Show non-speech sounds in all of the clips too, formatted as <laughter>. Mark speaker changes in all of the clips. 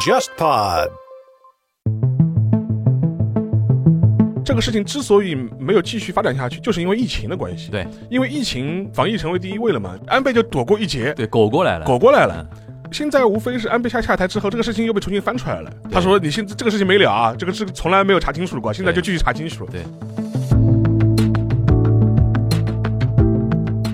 Speaker 1: JustPod。这个事情之所以没有继续发展下去，就是因为疫情的关系。
Speaker 2: 对，
Speaker 1: 因为疫情防疫成为第一位了嘛，安倍就躲过一劫，
Speaker 2: 对，狗过来了，
Speaker 1: 躲过来了。现在无非是安倍下下台之后，这个事情又被重新翻出来了。他说：“你现在这个事情没了啊，这个是从来没有查清楚过，现在就继续查清楚。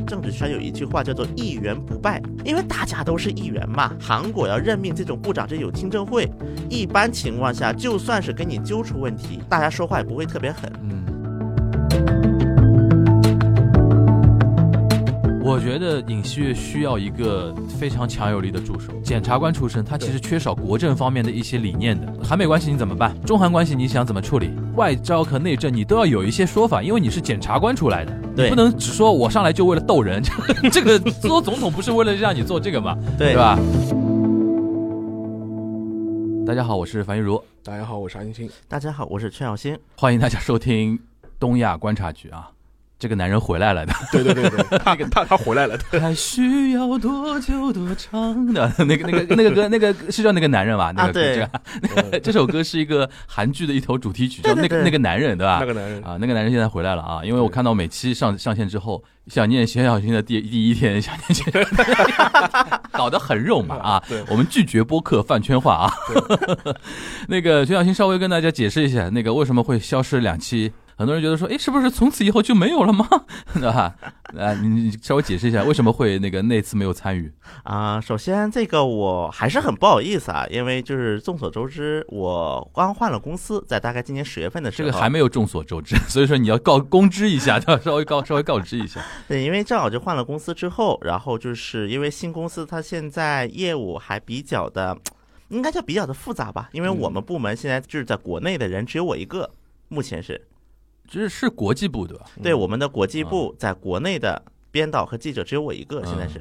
Speaker 3: 政治圈有一句话叫做“一元不败”，因为大家都是议员嘛。韩国要任命这种部长，这有听证会。一般情况下，就算是跟你揪出问题，大家说话也不会特别狠。
Speaker 2: 嗯，我觉得尹锡悦需要一个非常强有力的助手。检察官出身，他其实缺少国政方面的一些理念的。韩美关系你怎么办？中韩关系你想怎么处理？外交和内政你都要有一些说法，因为你是检察官出来的，
Speaker 3: 对
Speaker 2: 你不能只说我上来就为了逗人。 <laughs> 这个做总统不是为了让你做这个嘛，
Speaker 3: 对
Speaker 2: 对吧？大家好，我是樊玉茹，”
Speaker 1: 大家好，我是安心。
Speaker 3: 大家好，我是陈小星。
Speaker 2: 欢迎大家收听东亚观察局啊。这个男人回来了的，
Speaker 1: 对对对 <laughs> 对，他他他回来了。
Speaker 2: <laughs> 还需要多久多长啊的？ <laughs> 那个、那个、那个歌，那个是叫那个男人吧？那个歌、
Speaker 3: 对
Speaker 2: 这
Speaker 1: 嗯
Speaker 2: 个这首歌是一个韩剧的一头主题曲，叫
Speaker 3: 对
Speaker 2: 那
Speaker 3: 对
Speaker 2: 个
Speaker 3: 对
Speaker 2: 那个男人，对吧？
Speaker 1: 那个男人，
Speaker 2: 啊，那个男人现在回来了啊！因为我看到每期上上线之后，想念写小新的第第一天，想念写， <laughs> 搞得很肉麻啊！
Speaker 1: 对
Speaker 2: 我们拒绝播客饭圈化啊！ <laughs> 那个徐小新稍微跟大家解释一下，那个为什么会消失两期？很多人觉得说，哎，是不是从此以后就没有了吗？ <laughs> 对吧？啊，你你稍微解释一下为什么会那个那次没有参与？
Speaker 3: 啊、首先这个我还是很不好意思啊，因为就是众所周知，我刚换了公司，在大概今年十月份的时
Speaker 2: 这
Speaker 3: 候，
Speaker 2: 个还没有众所周知，所以说你要告公知一下， <laughs> 要稍微告稍微告知一下。
Speaker 3: 对，因为正好就换了公司之后，然后就是因为新公司它现在业务还比较的，应该叫比较的复杂吧，因为我们部门现在就是在国内的人只有我一个，目前是
Speaker 2: 就是是国际部对吧？
Speaker 3: 对我们的国际
Speaker 2: 嗯
Speaker 3: 部在国内的编导和记者只有我一个，现在是。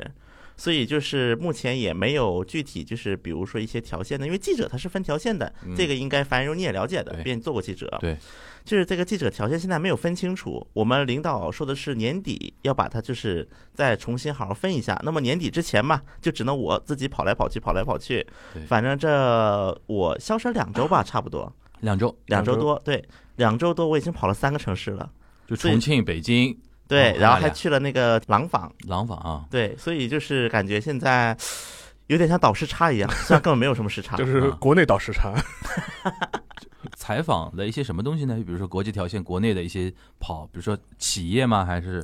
Speaker 3: 所以就是目前也没有具体，就是比如说一些条线的，因为记者他是分条线的，这个应该樊荣你也了解的，
Speaker 2: 嗯对
Speaker 3: 毕竟你做过记者。
Speaker 2: 对，
Speaker 3: 就是这个记者条件现在没有分清楚。我们领导说的是年底要把它就是再重新好好分一下。那么年底之前嘛，就只能我自己跑来跑去，跑来跑去
Speaker 2: 对。
Speaker 3: 反正这我消失两周吧，差不多
Speaker 2: 两周
Speaker 3: 两周
Speaker 1: 两周
Speaker 3: 多。对，两周多我已经跑了三个城市了。
Speaker 2: 就
Speaker 3: 所以
Speaker 2: 重庆、北京、
Speaker 3: 对，
Speaker 2: 哦
Speaker 3: 然后
Speaker 2: 哎呀
Speaker 3: 还去了那个廊坊。
Speaker 2: 廊坊啊。
Speaker 3: 对，所以就是感觉现在有点像倒时差一样，虽然根本没有什么
Speaker 2: <laughs>
Speaker 3: 时差
Speaker 1: 就。是国内倒时差。
Speaker 2: 采访的一些什么东西呢？比如说国际条线、国内的一些跑，比如说企业吗？还是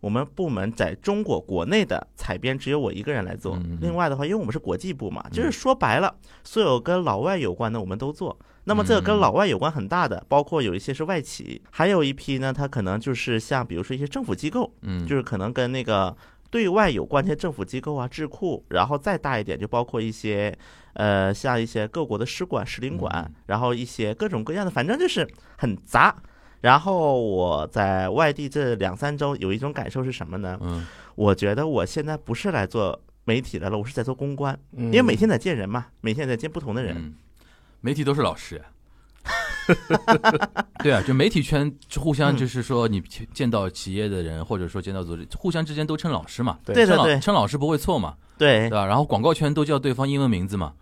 Speaker 3: 我们部门在中国国内的采编只有我一个人来做
Speaker 2: 嗯嗯嗯，嗯
Speaker 3: 另外的话，因为我们是国际部嘛，就是说白了，所有跟老外有关的我们都做。那么这个跟
Speaker 2: 嗯
Speaker 3: 老外有关很大的，包括有一些是外企，还有一批呢，它可能就是像比如说一些政府机构，
Speaker 2: 嗯，
Speaker 3: 就是可能跟那个对外有关的一些政府机构啊、智库，然后再大一点就包括一些呃，像一些各国的使馆、使领馆
Speaker 2: 嗯，
Speaker 3: 然后一些各种各样的，反正就是很杂。然后我在外地这两三周有一种感受是什么呢？
Speaker 2: 嗯
Speaker 3: 我觉得我现在不是来做媒体的了，我是在做公关，
Speaker 1: 因
Speaker 3: 因为每天在见人嘛，每天在见不同的人。
Speaker 2: 嗯，媒体都是老师。 <laughs> 对啊，就媒体圈互
Speaker 3: 嗯
Speaker 2: 相就是说，你见到企业的人，或者说见到组织，互相之间都称老师嘛，
Speaker 1: 对
Speaker 3: 对
Speaker 2: 称
Speaker 3: 对
Speaker 2: 老
Speaker 3: 对
Speaker 2: 称老师不会错嘛，对
Speaker 3: 对
Speaker 2: 吧？然后广告圈都叫对方英文名字嘛，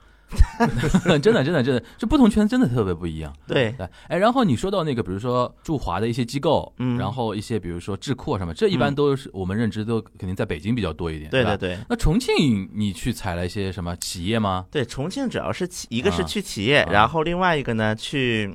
Speaker 2: <laughs> 真的真的真的，就不同圈真的特别不一样。
Speaker 3: 对
Speaker 2: 对，哎，然后你说到那个，比如说驻华的一些机构，
Speaker 3: 嗯
Speaker 2: 然后一些比如说智库啊什么，这一般都是我们认知都肯定在北京比较多一点，
Speaker 3: 对对
Speaker 2: 吧？
Speaker 3: 对。
Speaker 2: 那重庆你去采了一些什么企业吗？
Speaker 3: 对，重庆主要是企，一个是
Speaker 2: 啊
Speaker 3: 去企业，
Speaker 2: 啊
Speaker 3: 然后另外一个呢去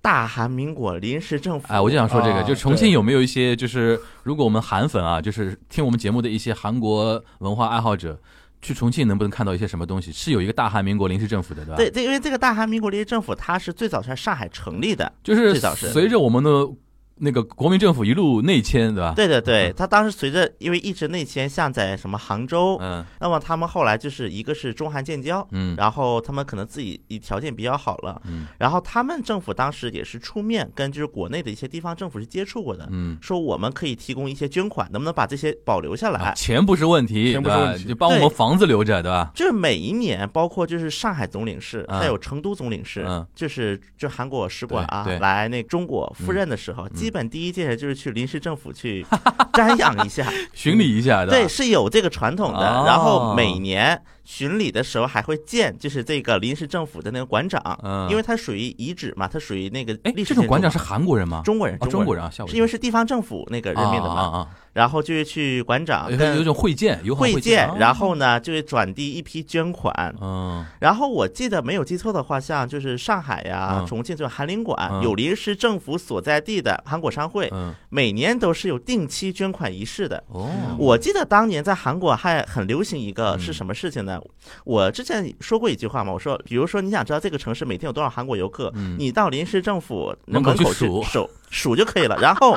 Speaker 3: 大韩民国临时政府。
Speaker 2: 哎，我就想说这个，
Speaker 1: 啊
Speaker 2: 就重庆
Speaker 1: 对
Speaker 2: 有没有一些，就是如果我们韩粉啊，就是听我们节目的一些韩国文化爱好者，去重庆能不能看到一些什么东西？是有一个大韩民国临时政府的，对吧？
Speaker 3: 对，这因为这个大韩民国临时政府，它是最早在上海成立的。
Speaker 2: 就是
Speaker 3: 最早是
Speaker 2: 随着我们的那个国民政府一路嗯内迁，对吧？
Speaker 3: 对对对，它当时随着因为一直内迁，像在什么杭州，
Speaker 2: 嗯
Speaker 3: 那么他们后来就是一个是中韩建交，
Speaker 2: 嗯
Speaker 3: 然后他们可能自己条件比较好了，
Speaker 2: 嗯
Speaker 3: 然后他们政府当时也是出面跟就是国内的一些地方政府是接触过的，
Speaker 2: 嗯，
Speaker 3: 说我们可以提供一些捐款，能不能把这些保留下
Speaker 2: 啊
Speaker 3: 来？
Speaker 2: 钱不是问题，
Speaker 1: 钱不是
Speaker 2: 对吧
Speaker 1: 问题
Speaker 2: 就帮我们
Speaker 3: 对
Speaker 2: 房子留着，对吧？
Speaker 3: 就是每一年，包括就是上海总领事，
Speaker 2: 嗯
Speaker 3: 还有成都总领事
Speaker 2: 嗯，
Speaker 3: 就是就韩国使馆啊
Speaker 2: 对对
Speaker 3: 来那中国赴任的时候，
Speaker 2: 嗯
Speaker 3: 基本第一件事就是去临时政府去 <laughs> 瞻仰
Speaker 2: <laughs>
Speaker 3: 一下，
Speaker 2: 巡礼一下的，
Speaker 3: 对，是有这个传统的。
Speaker 2: 哦
Speaker 3: 然后每年巡礼的时候还会见，就是这个临时政府的那个馆长，
Speaker 2: 嗯
Speaker 3: 因为它属于遗址嘛，它属于那个
Speaker 2: 哎，
Speaker 3: 历
Speaker 2: 这
Speaker 3: 史
Speaker 2: 种
Speaker 3: 建
Speaker 2: 馆
Speaker 3: 筑
Speaker 2: 长
Speaker 3: 嘛
Speaker 2: 是韩国人吗？
Speaker 3: 中国人，
Speaker 2: 啊，中国
Speaker 3: 人。
Speaker 2: 人啊，吓我一
Speaker 3: 是
Speaker 2: 跳！
Speaker 3: 因为是地方政府那个任命的嘛，
Speaker 2: 啊啊啊
Speaker 3: 然后就是去馆
Speaker 2: 啊，
Speaker 3: 长
Speaker 2: 有有一
Speaker 3: 跟
Speaker 2: 种会见，友好
Speaker 3: 会
Speaker 2: 见
Speaker 3: 见，，
Speaker 2: 啊
Speaker 3: 然后呢就是转递一批捐款，
Speaker 2: 嗯，
Speaker 3: 然后我记得没有记错的话，像就是上海呀、
Speaker 2: 嗯
Speaker 3: 重庆这种韩领
Speaker 2: 嗯
Speaker 3: 馆有临时政府所在地的韩国商会，
Speaker 2: 嗯
Speaker 3: 每年都是有定期捐款仪式的。
Speaker 2: 哦，
Speaker 3: 我记得当年在韩国还很流行一个
Speaker 2: 嗯
Speaker 3: 是什么事情呢？我之前说过一句话嘛，我说，比如说你想知道这个城市每天有多少韩国游客，
Speaker 2: 嗯
Speaker 3: 你到临时政府
Speaker 2: 门
Speaker 3: 门
Speaker 2: 口
Speaker 3: 口
Speaker 2: 去
Speaker 3: 去
Speaker 2: 数
Speaker 3: 数数就可以了。然后，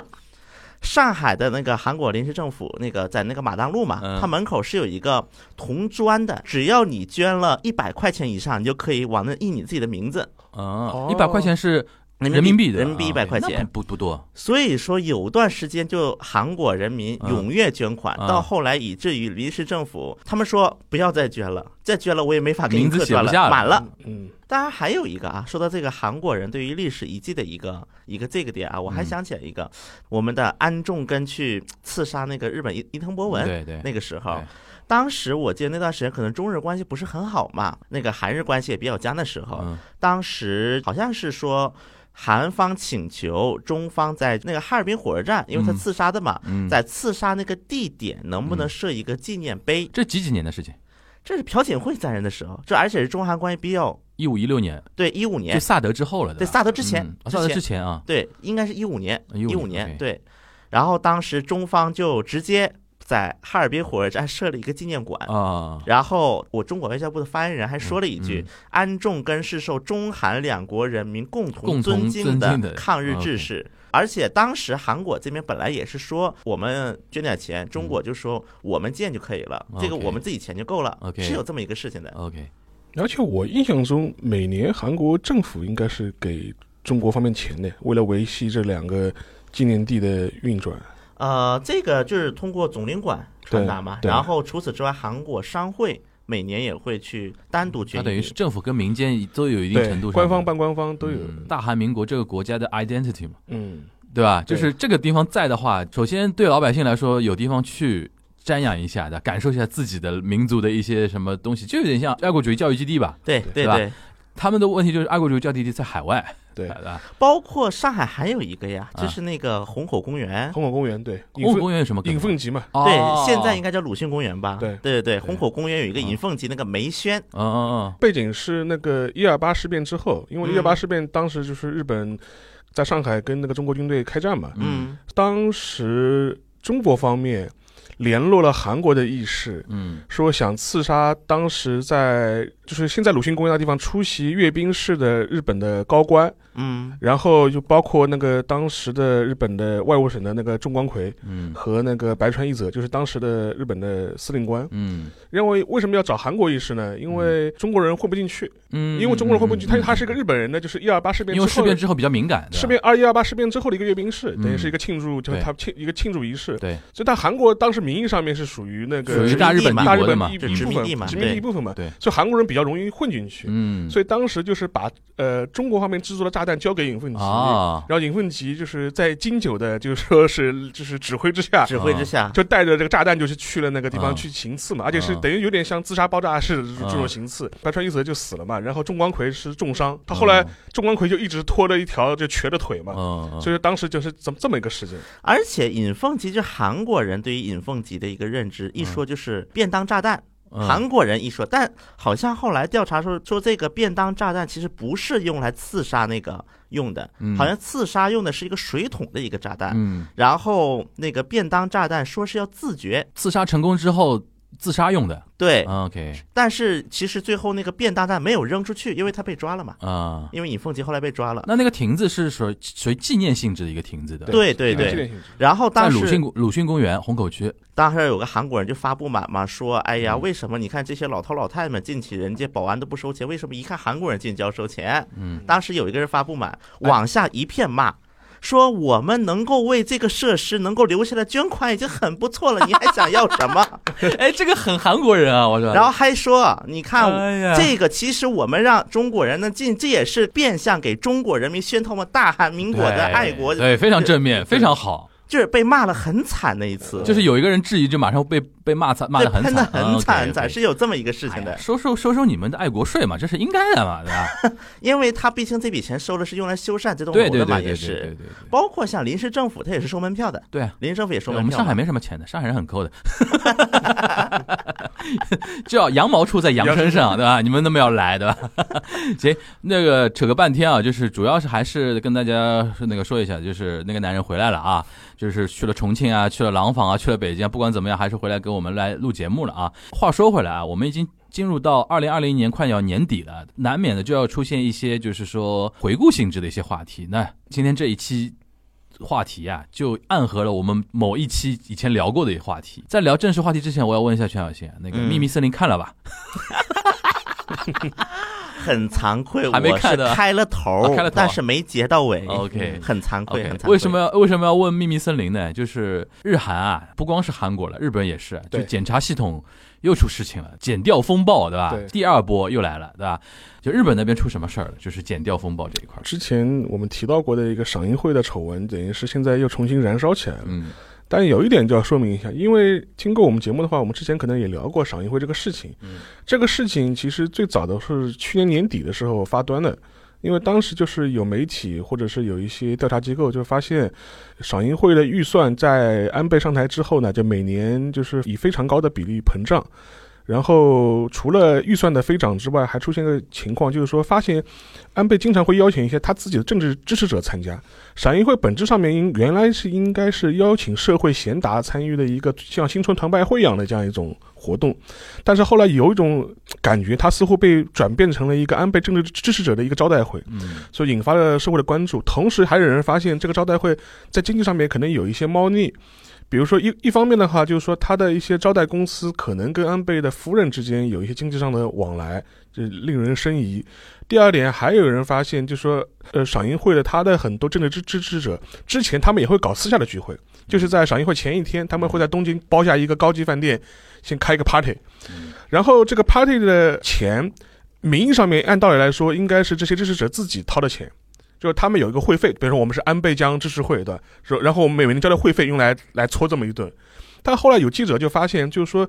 Speaker 3: 上海的那个韩国临时政府那个在那个马当路嘛，
Speaker 2: 嗯
Speaker 3: 它门口是有一个铜砖的，只要你捐了一百块钱以上，你就可以往那印你自己的名字，
Speaker 2: 啊
Speaker 1: 哦，
Speaker 2: 一百块钱是人
Speaker 3: 民
Speaker 2: 币的，
Speaker 3: 人民币
Speaker 2: 啊
Speaker 3: 一百块
Speaker 2: 那
Speaker 3: 钱。
Speaker 2: 不不不多，
Speaker 3: 所以说有段时间就韩国人民
Speaker 2: 嗯
Speaker 3: 踊跃捐款，
Speaker 2: 嗯
Speaker 3: 到后来以至于临时政府他们说不要再捐了，再捐了我也没法给你
Speaker 2: 名字
Speaker 3: 客
Speaker 2: 写
Speaker 3: 串
Speaker 2: 不下
Speaker 3: 满了。
Speaker 1: 嗯，
Speaker 3: 当然还有一个啊，说到这个韩国人对于历史遗迹的一个一个这个点啊，我还
Speaker 2: 嗯
Speaker 3: 想起来一个，我们的安重根去刺杀那个日本伊伊藤博文。
Speaker 2: 对对，
Speaker 3: 那个时候
Speaker 2: 对，
Speaker 3: 当时我记得那段时间可能中日关系不是很好嘛，那个韩日关系也比较僵的时候，
Speaker 2: 嗯
Speaker 3: 当时好像是说。韩方请求中方在那个哈尔滨火车站，因为他
Speaker 2: 嗯
Speaker 3: 刺杀的嘛，
Speaker 2: 嗯，
Speaker 3: 在刺杀那个地点能不能
Speaker 2: 嗯
Speaker 3: 设一个纪念碑？
Speaker 2: 这几几年的事情，
Speaker 3: 这是朴槿惠在任的时候，这而且是中韩关系比较
Speaker 2: 一五一六年，
Speaker 3: 对一五年
Speaker 2: 就，萨德之后了，
Speaker 3: 对
Speaker 2: 吧
Speaker 3: 萨德之前
Speaker 2: 嗯啊，萨
Speaker 3: 之
Speaker 2: 德
Speaker 3: 前
Speaker 2: 之前啊，
Speaker 3: 对，应该是一五年，
Speaker 2: 15
Speaker 3: 一五
Speaker 2: 年
Speaker 3: 年
Speaker 2: ，OK
Speaker 3: 对。然后当时中方就直接在哈尔滨火车站设了一个纪念馆。
Speaker 2: 啊，
Speaker 3: 然后我中国外交部的发言人还说了一句：“
Speaker 2: 嗯
Speaker 3: 安重根是受中韩两国人民共
Speaker 2: 共同
Speaker 3: 同尊敬
Speaker 2: 尊敬的
Speaker 3: 的抗日
Speaker 2: OK
Speaker 3: 志士。而且当时韩国这边本来也是说，我们捐点钱，中国就说我们建就可以了，这
Speaker 2: 嗯
Speaker 3: 个
Speaker 2: OK
Speaker 3: 我们自己钱就够了
Speaker 2: OK
Speaker 3: 是有这么一个事情的。
Speaker 2: OK，
Speaker 1: 而且我印象中，每年韩国政府应该是给中国方面钱的，为了维系这两个纪念地的运转。
Speaker 3: 呃，这个就是通过总领馆传达嘛。
Speaker 1: 对对
Speaker 3: 然后除此之外，韩国商会每年也会去单独决
Speaker 2: 啊它等于
Speaker 3: 议
Speaker 2: 是。政府跟民间都有一定
Speaker 1: 对
Speaker 2: 程度，上的
Speaker 1: 官方办官方都有。
Speaker 2: 嗯大韩民国这个国家的 identity 嘛，
Speaker 1: 嗯，
Speaker 2: 对吧？就
Speaker 1: 对
Speaker 2: 是这个地方在的话，首先对老百姓来说，有地方去瞻仰一下的，感受一下自己的民族的一些什么东西，就有点像爱国主义教育基地吧。
Speaker 3: 对
Speaker 2: 对
Speaker 3: 对
Speaker 2: 吧
Speaker 3: 对，
Speaker 2: 他们的问题就是爱国主义教育基地在海外，
Speaker 1: 对
Speaker 2: 对吧？
Speaker 3: 包括上海还有一个呀，
Speaker 2: 啊
Speaker 3: 就是那个虹口公园。
Speaker 1: 虹口公园对，
Speaker 2: 故
Speaker 1: 尹
Speaker 2: 宫
Speaker 1: 凤
Speaker 2: 公园有什么梗？
Speaker 1: 尹凤吉嘛，
Speaker 2: 哦
Speaker 3: 对，现在应该叫鲁迅公园吧？
Speaker 1: 对
Speaker 3: 对对，虹口公园有一个尹凤吉那个梅轩，
Speaker 2: 嗯嗯
Speaker 1: 背景是那个一二八事变之后，因为
Speaker 3: 嗯
Speaker 1: 一二八事变当时就是日本在上海跟那个中国军队开战嘛，
Speaker 2: 嗯
Speaker 3: 嗯
Speaker 1: 当时中国方面联络了韩国的义士，
Speaker 2: 嗯
Speaker 1: 说想刺杀当时在就是现在鲁迅公园那地方出席阅兵式的日本的高官，
Speaker 3: 嗯
Speaker 1: 然后就包括那个当时的日本的外务省的那个重光葵
Speaker 2: 嗯
Speaker 1: 和那个白川义则，就是当时的日本的司令官。
Speaker 2: 嗯
Speaker 1: 认为为什么要找韩国义士呢？因为中国人混不进去，
Speaker 2: 嗯，
Speaker 1: 因为中国人混不进去，他他是一
Speaker 2: 个，
Speaker 1: 个日本人呢，就是一二八事变
Speaker 2: 因
Speaker 1: 之
Speaker 2: 为事
Speaker 1: 后
Speaker 2: 变。之后比较敏感，对吧
Speaker 1: 事变二一二八事变之后的一个阅兵式，
Speaker 2: 嗯
Speaker 1: 等于是一个庆祝，就是
Speaker 2: 对
Speaker 1: 他庆一个庆祝仪式。
Speaker 2: 对
Speaker 1: 所以，但韩国当时名义上面是属于那个
Speaker 2: 属于大日本帝
Speaker 1: 大日
Speaker 2: 国的
Speaker 1: 本
Speaker 2: 嘛
Speaker 1: 一，
Speaker 3: 就
Speaker 1: 一
Speaker 3: 殖
Speaker 1: 部
Speaker 3: 民
Speaker 1: 分
Speaker 3: 地嘛
Speaker 1: 殖民地
Speaker 3: 对
Speaker 1: 一部分嘛，
Speaker 2: 对
Speaker 1: 所以韩国人比较容易混进去，
Speaker 2: 嗯，
Speaker 1: 所以当时就是把呃中国方面制作的炸弹交给尹凤吉，
Speaker 2: 啊，
Speaker 1: 然后尹凤吉就是在金九的，就是说是 <laughs> 就是指挥之下。
Speaker 3: <laughs> 指挥之下，
Speaker 1: 就带着这个炸弹，就是去了那个地
Speaker 2: 啊
Speaker 1: 方去行刺嘛，而且是
Speaker 2: 啊
Speaker 1: 等于有点像自杀爆炸式的这
Speaker 2: 啊
Speaker 1: 种行刺。白川一泽就死了嘛，然后重光葵是重伤，他后来重光葵就一直拖着一条就瘸着腿嘛，
Speaker 2: 嗯，嗯
Speaker 1: 所以当时就是这么这么一个事情。
Speaker 3: 而且尹凤吉就是韩国人对于尹凤吉的一个认知，一说就是便当炸弹，
Speaker 2: 嗯
Speaker 3: 韩国人一说，但好像后来调查说说这个便当炸弹其实不是用来刺杀那个用的，
Speaker 2: 嗯
Speaker 3: 好像刺杀用的是一个水桶的一个炸弹。
Speaker 2: 嗯，
Speaker 3: 然后那个便当炸弹说是要自决，
Speaker 2: 刺杀成功之后自杀用的。
Speaker 3: 对，
Speaker 2: OK
Speaker 3: 但是其实最后那个便当弹没有扔出去，因为他被抓了嘛，
Speaker 2: 啊、
Speaker 3: 因为尹凤吉后来被抓了。
Speaker 2: 那那个亭子是属于属于纪念性质的一个亭子的，
Speaker 3: 对对
Speaker 1: 有这
Speaker 3: 对，
Speaker 1: 点性质
Speaker 3: 然后
Speaker 2: 在
Speaker 3: 当
Speaker 2: 鲁迅
Speaker 3: 时
Speaker 2: 公鲁迅公园虹口区，
Speaker 3: 当时有个韩国人就发不满嘛，说哎呀，为什么你看这些老头老太们进去，人家保安都不收 <laughs> 钱，为什么一看韩国人进去要收钱？
Speaker 2: 嗯，
Speaker 3: 当时有一个人发不满，往下一片骂，说我们能够为这个设施能够留下的捐款已经很不错了，你还想要
Speaker 2: <laughs>
Speaker 3: 什么？
Speaker 2: 哎，这个很韩国人啊，我说。
Speaker 3: 然后还说，你看
Speaker 2: 哎呀，
Speaker 3: 这个，其实我们让中国人能进，这也是变相给中国人民宣透我们大韩民国的爱国，
Speaker 2: 对，对非常正面，
Speaker 3: <laughs> 对
Speaker 2: 非常好。
Speaker 3: 就是被骂了很惨那一次，
Speaker 2: 就是有一个人质疑，就马上被被骂惨，骂
Speaker 3: 对
Speaker 2: 的很
Speaker 3: 喷
Speaker 2: 惨，啊
Speaker 3: 的很惨，
Speaker 2: 咱
Speaker 3: 咱是有这么一个事情的，
Speaker 2: 哎收收收收你们的爱国税嘛，这是应该的嘛，对
Speaker 3: <laughs>
Speaker 2: 吧？
Speaker 3: 因为他毕竟这笔钱收了是用来修缮这栋
Speaker 2: 对
Speaker 3: 楼
Speaker 2: 对
Speaker 3: 的
Speaker 2: 对
Speaker 3: 嘛，
Speaker 2: 对对对
Speaker 3: 也是，
Speaker 2: 对对
Speaker 3: 包括像临时政府，他也是收门票的，
Speaker 2: 对啊。
Speaker 3: 临时政府也收
Speaker 2: 我
Speaker 3: 门
Speaker 2: 们
Speaker 3: 票嘛。
Speaker 2: 上海没什么钱的，上海人很抠的， <laughs> 叫羊毛出在羊身上，对吧？你们那么要来，对吧？ <laughs> 行，那个扯个半天啊，就是主要是还是跟大家那个说一下，就是那个男人回来了啊，就是去了重庆啊，去了廊坊啊，去了北京啊，不管怎么样，还是回来给我们来录节目了啊。话说回来啊，我们已经。进入到二零二零年快要年底了，难免的就要出现一些就是说回顾性质的一些话题。那今天这一期话题啊，就暗合了我们某一期以前聊过的一个话题。在聊正式话题之前，我要问一下全小新，那个《
Speaker 3: 嗯
Speaker 2: 秘密森林》看了吧？
Speaker 3: 很惭愧，
Speaker 2: 还没看呢
Speaker 3: 我是开了头
Speaker 2: 啊，开了头啊
Speaker 3: 但是没截到尾。
Speaker 2: OK
Speaker 3: 很惭愧，
Speaker 2: OK，
Speaker 3: 很惭愧。
Speaker 2: 为什么要为什么要问《秘密森林》呢？就是日韩啊，不光是韩国了，日本也是，啊就
Speaker 1: 对
Speaker 2: 检查系统又出事情了，减掉风暴，对吧？
Speaker 1: 对
Speaker 2: 第二波又来了，对吧？就日本那边出什么事儿了？就是减掉风暴这一块儿。
Speaker 1: 之前我们提到过的一个赏樱会的丑闻，等于是现在又重新燃烧起来了。
Speaker 2: 嗯，
Speaker 1: 但有一点就要说明一下，因为听过我们节目的话，我们之前可能也聊过赏樱会这个事情。
Speaker 2: 嗯
Speaker 1: 这个事情其实最早的是去年年底的时候发端的，因为当时就是有媒体或者是有一些调查机构就发现，赏樱会的预算在安倍上台之后呢，就每年就是以非常高的比例膨胀。然后除了预算的飞涨之外，还出现个情况，就是说发现安倍经常会邀请一些他自己的政治支持者参加。赏樱会本质上面应原来是应该是邀请社会贤达参与的一个像新春团拜会一样的这样一种活动，但是后来有一种感觉，它似乎被转变成了一个安倍政治支持者的一个招待会，
Speaker 2: 嗯，
Speaker 1: 所以引发了社会的关注。同时，还有人发现这个招待会在经济上面可能有一些猫腻。比如说一一方面的话，就是说他的一些招待公司可能跟安倍的夫人之间有一些经济上的往来，这令人生疑。第二点，还有人发现，就是说，呃，赏樱会的他的很多政治支支持者之前他们也会搞私下的聚会，就是在赏樱会前一天，他们会在东京包下一个高级饭店，先开一个 party，然后这个 party 的钱，名义上面按道理来说应该是这些支持者自己掏的钱，就是他们有一个会费，比如说我们是安倍江支持会，对吧？说然后我们每年交的会费用来来搓这么一顿。但后来有记者就发现，就是说，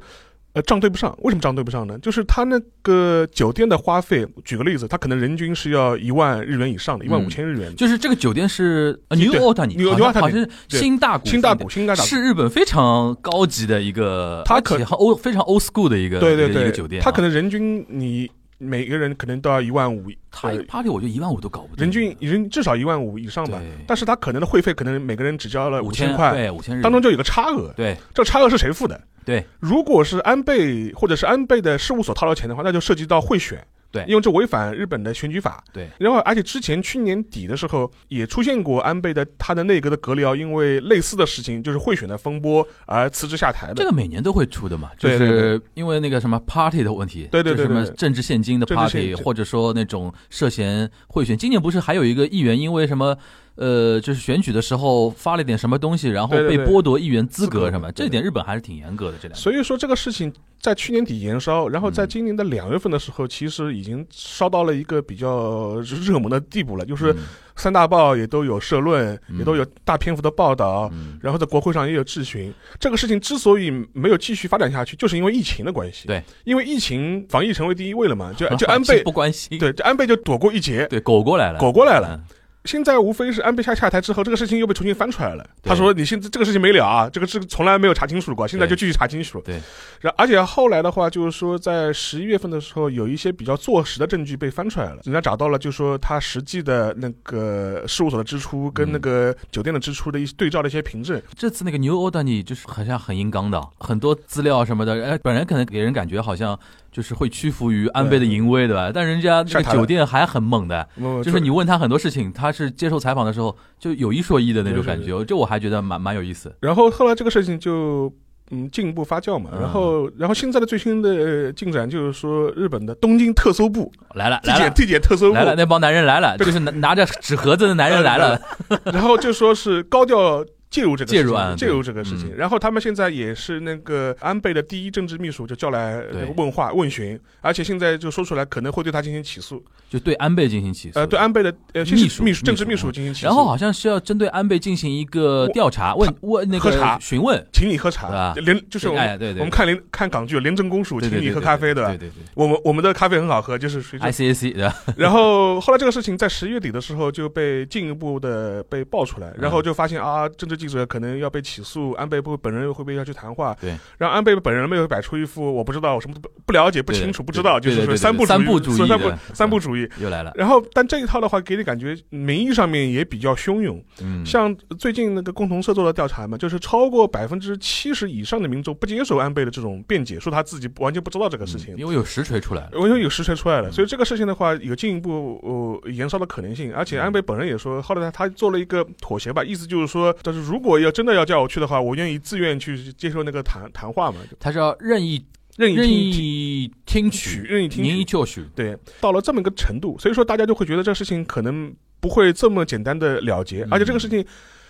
Speaker 1: 呃，账对不上。为什么账对不上呢？就是他那个酒店的花费，举个例子，他可能人均是要一万日元以上的，一万五千日元的。
Speaker 2: 就是这个酒店是呃 New
Speaker 1: 对
Speaker 2: Otani，
Speaker 1: New
Speaker 2: 好像
Speaker 1: Otani，
Speaker 2: 好像是
Speaker 1: 对
Speaker 2: 新大谷
Speaker 1: 新大谷，新大谷
Speaker 2: 是日本非常高级的一个，
Speaker 1: 它可
Speaker 2: 而且很欧非常 old school 的一个
Speaker 1: 对对
Speaker 2: 一个一
Speaker 1: 对，
Speaker 2: 个酒店啊，
Speaker 1: 他可能人均你每个人可能都要一万五，
Speaker 2: 他一
Speaker 1: 呃
Speaker 2: party 我就一万五都搞不定，
Speaker 1: 人均人至少一万五以上吧
Speaker 2: 对。
Speaker 1: 但是他可能的会费可能每个人只交了
Speaker 2: 五
Speaker 1: 千
Speaker 2: 千
Speaker 1: 块，
Speaker 2: 对五千日元
Speaker 1: 当中就有个差额。
Speaker 2: 对
Speaker 1: 这差额是谁付的？
Speaker 2: 对，
Speaker 1: 如果是安倍或者是安倍的事务所掏了钱的话，那就涉及到贿选。
Speaker 2: 对
Speaker 1: 因为这违反日本的选举法。
Speaker 2: 对
Speaker 1: 然后而且之前去年底的时候也出现过安倍的他的内阁的阁僚因为类似的事情，就是贿选的风波而辞职下台的。
Speaker 2: 这个每年都会出的嘛，就
Speaker 1: 对对
Speaker 2: 是因为那个什么 party 的问题，
Speaker 1: 对对对
Speaker 2: 就是什么
Speaker 1: 对对对
Speaker 2: 政治现金的
Speaker 1: 政治现
Speaker 2: party，
Speaker 1: 金
Speaker 2: 或者说那种涉嫌贿选。今年不是还有一个议员因为什么？呃，就是选举的时候发了点什么东西，然后
Speaker 1: 对
Speaker 2: 被
Speaker 1: 对对
Speaker 2: 剥夺议员资格什
Speaker 1: 资格
Speaker 2: 么，
Speaker 1: 对
Speaker 2: 这点日本还是挺严格的。这两个
Speaker 1: 所以说这个事情在去年底延烧，然后在
Speaker 2: 嗯
Speaker 1: 今年的两月份的时候，其实已经烧到了一个比较热门的地步了，就是
Speaker 2: 嗯
Speaker 1: 三大报也都有社论，
Speaker 2: 嗯
Speaker 1: 也都有大篇幅的报道，
Speaker 2: 嗯
Speaker 1: 然后在国会上也有质询。这个事情之所以没有继续发展下去，就是因为疫情的关系。
Speaker 2: 对，
Speaker 1: 因为疫情防疫成为第一位了嘛，就呃就
Speaker 2: <laughs>
Speaker 1: 安倍
Speaker 2: 不关心，
Speaker 1: 对，就安倍就躲过一劫。
Speaker 2: 对狗过来了，嗯
Speaker 1: 狗过来了现在无非是安倍下下台之后，这个事情又被重新翻出来了。
Speaker 2: 对
Speaker 1: 他说：“你现在这个事情没了啊，这个这个从来没有查清楚过，现在就继续查清楚。”
Speaker 2: 对。
Speaker 1: 然而且后来的话，就是说在十一月份的时候，有一些比较坐实的证据被翻出来了，人家找到了，就说他实际的那个事务所的支出跟那个酒店的支出的一些对照的一些凭证。
Speaker 2: 嗯。这次那个 New Order 你就是好像很硬刚的，很多资料什么的，哎，本来可能给人感觉好像就是会屈服于安倍的淫威，对吧？但人家这
Speaker 1: 下
Speaker 2: 个
Speaker 1: 台了
Speaker 2: 酒店还很猛的，
Speaker 1: 嗯
Speaker 2: 就是你问他很多事情，他是接受采访的时候就有一说一的那种
Speaker 1: 对
Speaker 2: 感
Speaker 1: 对
Speaker 2: 觉，这我还觉得蛮蛮有意思。
Speaker 1: 然后后来这个事情就嗯进一步发酵嘛。
Speaker 2: 嗯
Speaker 1: 然后，然后现在的最新的呃进展就是说，日本的东京特搜部、
Speaker 2: 来了
Speaker 1: 地
Speaker 2: 来
Speaker 1: 检
Speaker 2: 了
Speaker 1: 地检特搜部
Speaker 2: 来，了，那帮男人来了，就是拿拿着纸盒子的男人
Speaker 1: <laughs>
Speaker 2: 来了， <laughs>
Speaker 1: 然后就说是高调。介入这个
Speaker 2: 介
Speaker 1: 事
Speaker 2: 入
Speaker 1: 情
Speaker 2: 啊
Speaker 1: 介入这个事情，
Speaker 2: 嗯
Speaker 1: 然后他们现在也是那个安倍的第一政治秘书就叫来
Speaker 2: 对
Speaker 1: 那个问话问询，而且现在就说出来可能会对他进行起诉，
Speaker 2: 就对安倍进行起诉。
Speaker 1: 呃，对安倍的呃先
Speaker 2: 秘书
Speaker 1: 是秘书政治
Speaker 2: 秘
Speaker 1: 秘
Speaker 2: 书
Speaker 1: 书进行起诉，
Speaker 2: 然后好像是要针对安倍进行一个调查，问问那
Speaker 1: 喝
Speaker 2: 个
Speaker 1: 茶
Speaker 2: 询问，
Speaker 1: 请你喝
Speaker 2: 对
Speaker 1: 茶
Speaker 2: 吧，
Speaker 1: 廉就是我们
Speaker 2: 哎，对对，
Speaker 1: 我们看廉看港剧廉政公署，
Speaker 2: 对
Speaker 1: 请
Speaker 2: 对
Speaker 1: 你
Speaker 2: 对
Speaker 1: 喝
Speaker 2: 对
Speaker 1: 咖啡，
Speaker 2: 对
Speaker 1: 对吧？
Speaker 2: 对对
Speaker 1: 我们我们的咖啡很好喝，就是水准。
Speaker 2: ，ICAC 对 <laughs> 吧？
Speaker 1: 然后后来这个事情在十月底的时候就被进一步的被爆出来，
Speaker 2: 嗯
Speaker 1: 然后就发现啊，政治记者可能要被起诉，安倍不本人会不会要去谈话？
Speaker 2: 对，
Speaker 1: 然后安倍本人没有摆出一副我不知道，我什么都不不了解、不清楚、
Speaker 2: 对
Speaker 1: 不知道，就
Speaker 2: 对对
Speaker 1: 是
Speaker 2: 对
Speaker 1: 说
Speaker 2: 对
Speaker 1: 三不
Speaker 2: 三不
Speaker 1: 不
Speaker 2: 主义
Speaker 1: 义，三
Speaker 2: 的嗯
Speaker 1: 三不主义。
Speaker 2: 又来了，
Speaker 1: 然后，但这一套的话，给你感觉名义上面也比较汹涌，
Speaker 2: 嗯，
Speaker 1: 像最近那个共同社做的调查嘛，就是超过百分之七十以上的民众不接受安倍的这种辩解，说他自己完全不知道这个事情。
Speaker 2: 嗯因为有实锤出来了，
Speaker 1: 我因为有实锤出来了，
Speaker 2: 嗯
Speaker 1: 所以这个事情的话有进一步呃延烧的可能性，而且安倍本人也说，后来他他做了一个妥协吧，意思就是说，但是如果要真的要叫我去的话，我愿意自愿去接受那个谈谈话嘛，就
Speaker 2: 他是要任意
Speaker 1: 任意
Speaker 2: 任
Speaker 1: 听听
Speaker 2: 意听
Speaker 1: 取
Speaker 2: 取，
Speaker 1: 任意听取
Speaker 2: 任意教训，
Speaker 1: 对，到了这么一个程度，所以说大家就会觉得这事情可能不会这么简单的了结，
Speaker 2: 嗯
Speaker 1: 而且这个事情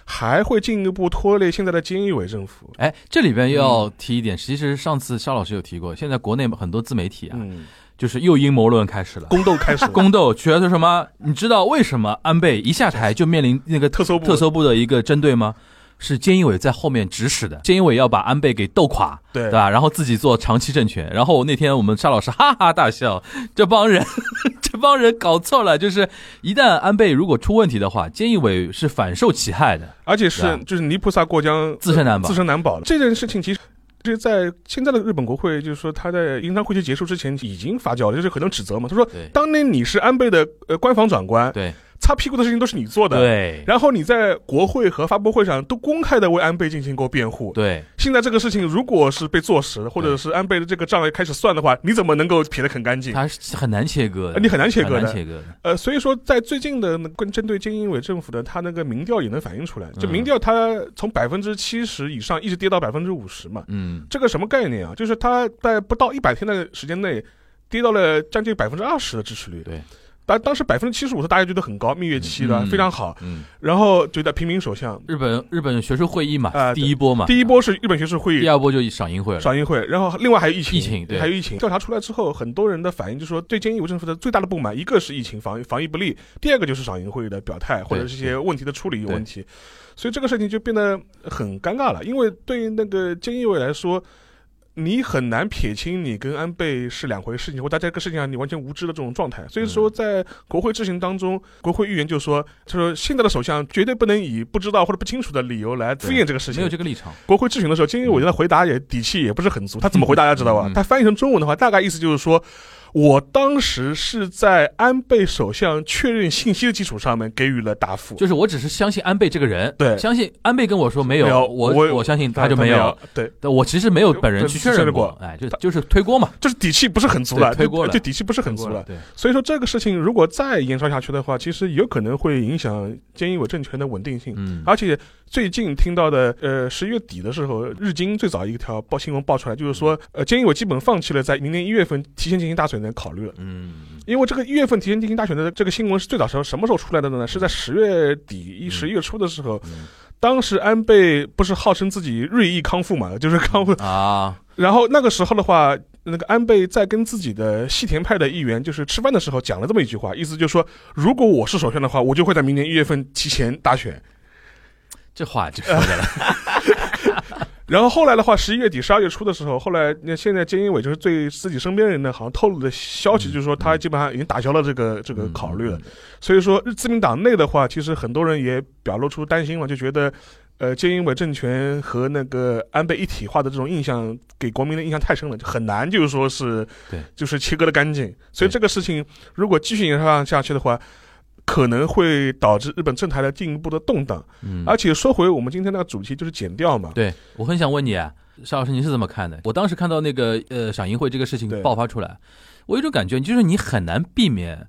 Speaker 1: 还会进一步拖累现在的菅义伟政府。
Speaker 2: 哎，这里边又
Speaker 1: 嗯
Speaker 2: 要提一点，其实上次沙老师有提过，现在国内很多自媒体啊，
Speaker 1: 嗯，
Speaker 2: 就是又阴谋论开始了。
Speaker 1: 宫斗开始了，
Speaker 2: 宫斗觉得什么？你知道为什么安倍一下台就面临那个
Speaker 1: 特搜部
Speaker 2: 特搜部的一个针对吗？是菅义伟在后面指使的，菅义伟要把安倍给斗垮，
Speaker 1: 对
Speaker 2: 对吧？然后自己做长期政权。然后那天我们沙老师哈哈大笑，这帮人， <laughs> 这帮人搞错了，就是一旦安倍如果出问题的话，菅义伟是反受其害的，
Speaker 1: 而且是
Speaker 2: 对啊
Speaker 1: 就是泥菩萨过江，
Speaker 2: 自身难保
Speaker 1: 自。身难保了。这件事情其实。这在现在的日本国会，就是说他在英商会期结束之前已经发酵了，就是很多指责嘛。他说
Speaker 2: 对，
Speaker 1: 当年你是安倍的呃官方长官，
Speaker 2: 对，
Speaker 1: 擦屁股的事情都是你做的，
Speaker 2: 对，
Speaker 1: 然后你在国会和发布会上都公开的为安倍进行过辩护。
Speaker 2: 对，
Speaker 1: 现在这个事情如果是被坐实，或者是安倍的这个账开始算的话，你怎么能够撇得很干净？
Speaker 2: 他是很难切割的，
Speaker 1: 呃你很难切割
Speaker 2: 很难
Speaker 1: 的。
Speaker 2: 切割的。
Speaker 1: 呃，所以说在最近的那跟针对菅义伟政府的他那个民调也能反映出来，这
Speaker 2: 嗯
Speaker 1: 民调它从百分之七十以上一直跌到百分之五十嘛，
Speaker 2: 嗯，
Speaker 1: 这个什么概念啊？就是它在不到一百天的时间内，跌到了将近百分之二十的支持率。
Speaker 2: 对。
Speaker 1: 当当时百分之七十五是大家觉得很高，蜜月期的、
Speaker 2: 嗯
Speaker 1: 非常好，
Speaker 2: 嗯，
Speaker 1: 然后觉得平民首相。
Speaker 2: 日本日本学术会议嘛，
Speaker 1: 啊对
Speaker 2: 第一波嘛，
Speaker 1: 第一，波是日本学术会议
Speaker 2: 第，二波就赏樱会了。
Speaker 1: 赏樱会，然后另外还有疫情，
Speaker 2: 疫情对
Speaker 1: 还有疫情。调查出来之后，很多人的反应就是说，对菅义伟政府的最大的不满，一个是疫情防防疫不力，第二个就是赏樱会的表态或者是一些问题的处理有问题，所以这个事情就变得很尴尬了。因为对于那个菅义伟来说，你很难撇清你跟安倍是两回事情，或在这个事情上你完全无知的这种状
Speaker 2: 嗯
Speaker 1: 态。所以说，在国会质询当中，国会议员就说，他说现在的首相绝对不能以不知道或者不清楚的理由来敷衍这个事情
Speaker 2: 没有。这个立场，
Speaker 1: 国会质询的时候，菅义伟的回答也底气也不是很足。他怎么回答大家知道吧？啊
Speaker 2: 嗯
Speaker 1: 他翻译成中文的话，大概意思就是说，我当时是在安倍首相确认信息的基础上面给予了答复。
Speaker 2: 就是我只是相信安倍这个人，
Speaker 1: 对
Speaker 2: 相信安倍跟我说没有，
Speaker 1: 没有
Speaker 2: 我
Speaker 1: 我
Speaker 2: 相信
Speaker 1: 他
Speaker 2: 就
Speaker 1: 没
Speaker 2: 有，，
Speaker 1: 对，
Speaker 2: 但我其实没有本人去确
Speaker 1: 确认
Speaker 2: 过
Speaker 1: 过，
Speaker 2: 哎，就
Speaker 1: 他
Speaker 2: 就是推锅嘛，
Speaker 1: 就是底气不是很足了，
Speaker 2: 对推过了
Speaker 1: 就就底气不是很
Speaker 2: 推
Speaker 1: 足
Speaker 2: 锅
Speaker 1: 了。
Speaker 2: 对，
Speaker 1: 所以说这个事情如果再延烧下去的话，其实有可能会影响菅义伟政权的稳定性。
Speaker 2: 嗯，
Speaker 1: 而且最近听到的，呃，十月底的时候，日经最早一条报新闻爆出来，就是说，呃，菅义伟基本放弃了在明年一月份提前进行大选的考虑了。
Speaker 2: 嗯，
Speaker 1: 因为这个一月份提前进行大选的这个新闻是最早时候什么时候出来的呢？是在十月底一
Speaker 2: 嗯
Speaker 1: 十一月初的时候，
Speaker 2: 嗯
Speaker 1: 当时安倍不是号称自己日益康复嘛， <laughs> 就是康复。
Speaker 2: 啊，
Speaker 1: 然后那个时候的话，那个安倍在跟自己的细田派的议员就是吃饭的时候讲了这么一句话，意思就是说，如果我是首相的话，我就会在明年一月份提前大选。
Speaker 2: 这话就说的了，
Speaker 1: 然后后来的话，十一月底、十二月初的时候，后来那现在菅义伟就是对自己身边人呢，好像透露的消息，
Speaker 2: 嗯
Speaker 1: 就是说他基本上已经打消了这个这个 <laughs> 考虑了
Speaker 2: 嗯。，
Speaker 1: 所以说，日自民党内的话，其实很多人也表露出担心嘛，就觉得，呃，菅义伟政权和那个安倍一体化的这种印象，给国民的印象太深了，就很难就是说是，
Speaker 2: 对，
Speaker 1: 就是切割的干净。所以
Speaker 2: 对
Speaker 1: 这个事情如果继续延上下去的话，可能会导致日本政坛的进一步的动荡。
Speaker 2: 嗯，
Speaker 1: 而且说回我们今天那个主题，就是减掉嘛，
Speaker 2: 对我很想问你，啊，邵老师，你是怎么看的？我当时看到那个呃赏樱会这个事情
Speaker 1: 对
Speaker 2: 爆发出来，我有一种感觉，就是你很难避免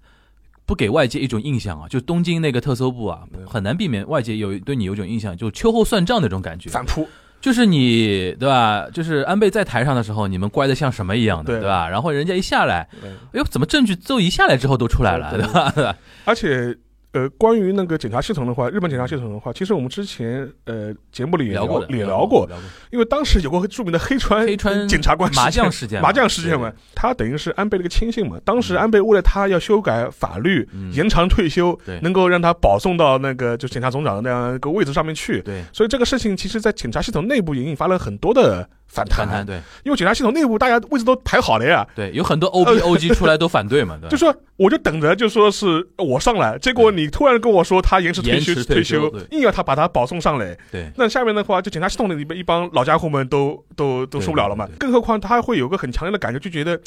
Speaker 2: 不给外界一种印象啊，就东京那个特搜部啊，
Speaker 1: 嗯
Speaker 2: 很难避免外界有对你有一种印象，就秋后算账那种感觉。
Speaker 1: 反扑，
Speaker 2: 就是你对吧？就是安倍在台上的时候，你们乖的像什么一样的，
Speaker 1: 对
Speaker 2: 对吧？然后人家一下来，
Speaker 1: 嗯
Speaker 2: 哎呦，怎么证据都一下来之后都出来了，
Speaker 3: 对
Speaker 2: 对吧？对吧 <laughs>
Speaker 1: 而且，呃，关于那个检察系统的话，日本检察系统的话，其实我们之前呃节目里也
Speaker 2: 过的，
Speaker 1: 也
Speaker 2: 聊
Speaker 1: 聊
Speaker 2: 过
Speaker 1: 过，
Speaker 2: 的，
Speaker 1: 因为当时有个著名的黑川
Speaker 2: 黑川
Speaker 1: 检察官事件
Speaker 2: 麻将事件嘛，
Speaker 1: 麻将事件嘛
Speaker 2: 对，，
Speaker 1: 他等于是安倍的一个亲信嘛。当时安倍为了他要修改法律，
Speaker 2: 嗯
Speaker 1: 延长退休
Speaker 2: 对，
Speaker 1: 能够让他保送到那个就检察总长的那样一个位置上面去。
Speaker 2: 对，
Speaker 1: 所以这个事情其实，在检察系统内部也引发了很多的反弹，啊
Speaker 2: 反弹，对
Speaker 1: 因为检察系统内部大家位置都排好了呀，
Speaker 2: 对，有很多 O B O G 出来都反 <laughs> 对嘛，对吧
Speaker 1: 就说我就等着，就说是我上来，结果你突然跟我说他延迟退休
Speaker 2: 延迟，退
Speaker 1: 退
Speaker 2: 休
Speaker 1: 休
Speaker 2: 对，
Speaker 1: 硬要他把他保送上来。
Speaker 2: 对，
Speaker 1: 那下面的话，就检察系统里边一帮老家伙们都都都
Speaker 2: 对
Speaker 1: 受不了了嘛
Speaker 2: 对对。
Speaker 1: 更何况他会有个很强烈的感觉，就觉得。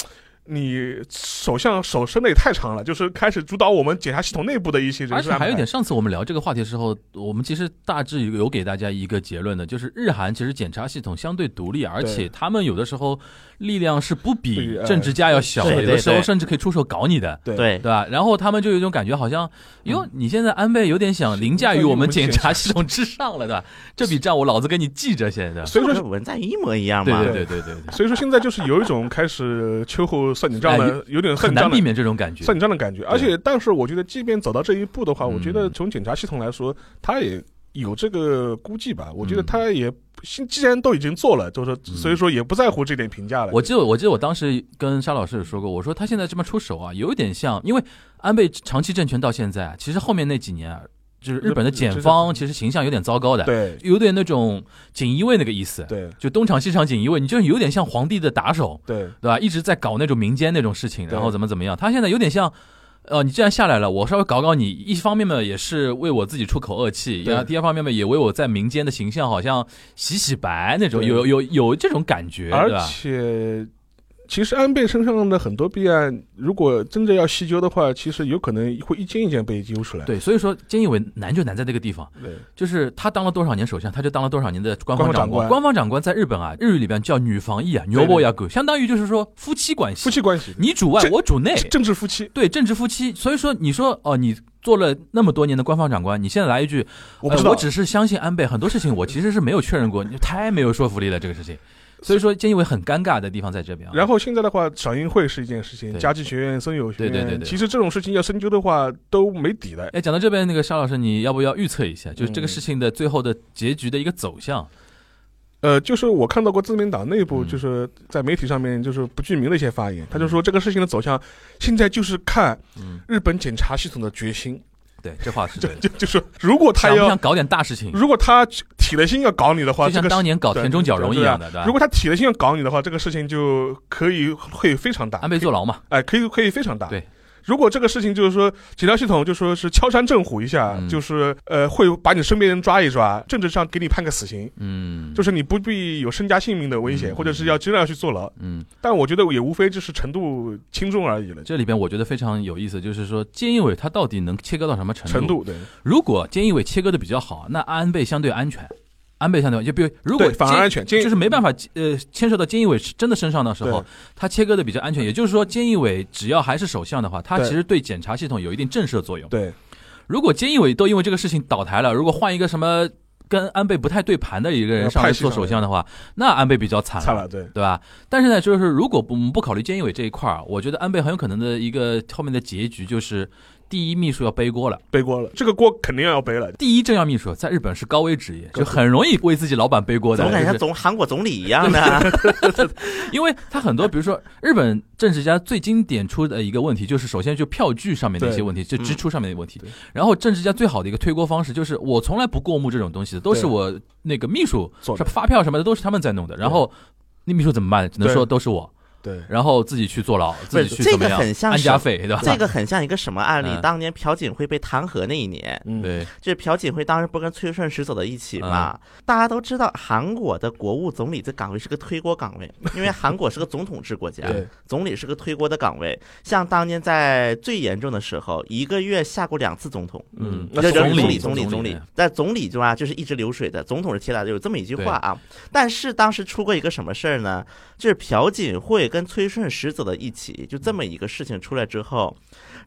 Speaker 1: 你首相手伸的也太长了，就是开始主导我们检察系统内部的一些人
Speaker 2: 而
Speaker 1: 事
Speaker 2: 且
Speaker 1: 安排。
Speaker 2: 还有一点，上次我们聊这个话题的时候，我们其实大致有给大家一个结论的，就是日韩其实检察系统相对独立，而且他们有的时候力量是不比
Speaker 1: 对呃
Speaker 2: 政治家要小的，
Speaker 3: 对
Speaker 2: 有的时候
Speaker 3: 对对
Speaker 2: 甚至可以出手搞你的。
Speaker 1: 对
Speaker 3: 对
Speaker 2: 对，吧？然后他们就有一种感觉，好像哟，你现在安倍有点想凌驾于嗯我们检察系统之上了，对吧？这笔账我老子给你记着，现在。
Speaker 1: 所以
Speaker 3: 这
Speaker 1: 说
Speaker 3: 不是文在寅一模一样
Speaker 2: 对
Speaker 3: 嘛。
Speaker 2: 对对对对，对
Speaker 1: 所以说现在就是有一种开始秋后算你账
Speaker 2: 哎
Speaker 1: 的，有点算
Speaker 2: 很
Speaker 1: 你
Speaker 2: 难
Speaker 1: 账的
Speaker 2: 避免这种感觉。
Speaker 1: 算你账的感觉。而且，但是我觉得，即便走到这一步的话，
Speaker 2: 嗯
Speaker 1: 我觉得从检察系统来说，他也有这个估计吧。我觉得他也既既然都已经做了，就是
Speaker 2: 嗯
Speaker 1: 所以说也不在乎这点评价了。
Speaker 2: 我记得，我记得我当时跟沙老师也说过，我说他现在这么出手啊，有一点像，因为安倍长期政权到现在啊，其实后面那几年啊，就是日本的检方其实形象有点糟糕的，
Speaker 1: 对
Speaker 2: 有点那种锦衣卫那个意思，
Speaker 1: 对
Speaker 2: 就东厂西厂锦衣卫，你就是有点像皇帝的打手，
Speaker 1: 对
Speaker 2: 对吧？一直在搞那种民间那种事情，
Speaker 1: 对
Speaker 2: 然后怎么怎么样，他现在有点像。呃，你既然下来了，我稍微搞搞你。一方面嘛，也是为我自己出口恶气；，
Speaker 1: 对
Speaker 2: 然后第二方面嘛，也为我在民间的形象好像洗洗白那种，
Speaker 1: 对
Speaker 2: 有有有这种感觉，啊
Speaker 1: 而
Speaker 2: 对吧？
Speaker 1: 且。其实安倍身上的很多弊案，如果真的要细究的话，其实有可能会一件一件被揪出来。
Speaker 2: 对，所以说菅义伟难就难在这个地方，
Speaker 1: 对
Speaker 2: 就是他当了多少年首相，他就当了多少年的官方
Speaker 1: 官方
Speaker 2: 长
Speaker 1: 长官
Speaker 2: 官方长官在日本啊，日语里边叫女防役啊，牛波亚狗，相当于就是说夫妻关系，
Speaker 1: 夫妻关系，
Speaker 2: 你主外
Speaker 1: 这
Speaker 2: 我主内，
Speaker 1: 政治夫妻，
Speaker 2: 对，政治夫妻。所以说你说哦、你做了那么多年的官方长官，你现在来一句，
Speaker 1: 我不知
Speaker 2: 呃
Speaker 1: 道。
Speaker 2: 我只是相信安倍，很多事情我其实是没有确认过，你太没有说服力了这个事情。所以说菅义伟很尴尬的地方在这边、啊。
Speaker 1: 然后现在的话，赏樱会是一件事情，
Speaker 2: 对
Speaker 1: 家具学院、森友学
Speaker 2: 对
Speaker 1: 院，
Speaker 2: 对对对
Speaker 1: 其实这种事情要深究的话都没底的。
Speaker 2: 哎，讲到这边，那个沙老师，你要不要预测一下，
Speaker 1: 嗯
Speaker 2: 就是这个事情的最后的结局的一个走向？
Speaker 1: 呃，就是我看到过自民党内部
Speaker 2: 嗯
Speaker 1: 就是在媒体上面就是不具名的一些发言，他就说这个事情的走向现在就是看
Speaker 2: 嗯，
Speaker 1: 日本检察系统的决心，
Speaker 2: 对，这话是
Speaker 1: 就
Speaker 2: 对的。
Speaker 1: <laughs> 就就是如果他
Speaker 2: 想不
Speaker 1: 要
Speaker 2: 想搞点大事情？
Speaker 1: 如果他铁了心要搞你的话，
Speaker 2: 嗯就
Speaker 1: 这
Speaker 2: 像
Speaker 1: 个
Speaker 2: 当
Speaker 1: 事
Speaker 2: 年搞田中角荣一样的，对吧
Speaker 1: 如？果他铁了心要搞你的话，这个事情就可以会非常大，
Speaker 2: 安倍坐牢嘛，
Speaker 1: 哎，可以可以非常大。
Speaker 2: 啊对。
Speaker 1: 如果这个事情就是说，检察系统就说是敲山震虎一下，
Speaker 2: 嗯
Speaker 1: 就是呃会把你身边人抓一抓，政治上给你判个死刑，
Speaker 2: 嗯，
Speaker 1: 就是你不必有身家性命的危险，
Speaker 2: 嗯
Speaker 1: 或者是要真的要去坐牢。
Speaker 2: 嗯，
Speaker 1: 但我觉得也无非就是程度轻重而已了，
Speaker 2: 这里边我觉得非常有意思，就是说菅义伟他到底能切割到什么程度？
Speaker 1: 程度对
Speaker 2: 如果菅义伟切割的比较好，那安倍相对安全，安倍相对就比如如果
Speaker 1: 对反而安全，
Speaker 2: 菅就是没办
Speaker 1: 法
Speaker 2: 法呃牵涉到菅义伟真的身上的时候
Speaker 1: 对，
Speaker 2: 他切割的比较安全。也就是说，菅义伟只要还是首相的话，他
Speaker 1: 对
Speaker 2: 其实对检察系统有一定震慑作用。
Speaker 1: 对
Speaker 2: 如果菅义伟都因为这个事情倒台了，如果换一个什么跟安倍不太对盘的一个人
Speaker 1: 呃
Speaker 2: 上来
Speaker 1: 派系
Speaker 2: 做
Speaker 1: 上
Speaker 2: 首
Speaker 1: 来
Speaker 2: 相的话，那安倍比较惨了，
Speaker 1: 差了对
Speaker 2: 对吧？但是呢，就是如果不我们不考虑菅义伟这一块儿，啊我觉得安倍很有可能的一个后面的结局就是第一秘书要背锅了。
Speaker 1: 背锅了，这个锅肯定要背了。
Speaker 2: 第一政要秘书在日本是高危职业，就很容易为自己老板背锅的
Speaker 3: 怎么，感
Speaker 2: 就
Speaker 3: 觉像
Speaker 2: 是
Speaker 3: 总韩国总理一
Speaker 2: <laughs>
Speaker 3: 样呢？
Speaker 2: 因为他很多，比如说日本政治家最经典出的一个问题，就是首先就票据上面的一些问题，就支
Speaker 3: 嗯
Speaker 2: 出上面的问题
Speaker 1: 对。
Speaker 2: 然后政治家最好的一个推锅方式就是，我从来不过目这种东西的，都是
Speaker 1: 对
Speaker 2: 我那个秘书
Speaker 1: 做
Speaker 2: 是
Speaker 1: 的
Speaker 2: 发票什么的都是他们在弄的。然后那秘书怎么办？只能
Speaker 1: 对
Speaker 2: 说都是我，
Speaker 1: 对，
Speaker 2: 然后自己去坐牢，自己去
Speaker 3: 这
Speaker 2: 怎么
Speaker 3: 个
Speaker 2: 样
Speaker 3: 很像
Speaker 2: 安
Speaker 3: 是
Speaker 2: 家费，对吧？
Speaker 3: 这个很像一个什么案例？
Speaker 2: 嗯
Speaker 3: 当年朴槿惠被弹劾那一年，
Speaker 1: 嗯，
Speaker 2: 对，
Speaker 3: 就是朴槿惠当时不跟崔顺实走到一起嘛？
Speaker 2: 嗯
Speaker 3: 大家都知道，韩国的国务总理这岗位是个推锅岗
Speaker 2: <laughs>
Speaker 3: 位，因为韩国是个总统制国家，
Speaker 1: 对
Speaker 3: 总理是个推锅的岗位。像当年在最严重的时候，一个月下过两次总统，
Speaker 2: 嗯，
Speaker 1: 那
Speaker 3: 这
Speaker 1: 总
Speaker 3: 理
Speaker 1: 理
Speaker 2: 总
Speaker 3: 总
Speaker 2: 嗯
Speaker 3: 总理
Speaker 2: 总
Speaker 3: 理，但总理就啊就是一直流水的，总统是铁打的，有这么一句
Speaker 2: 对
Speaker 3: 话啊。但是当时出过一个什么事儿呢？就是朴槿惠跟崔顺实走到一起，就这么一个事情出来之后，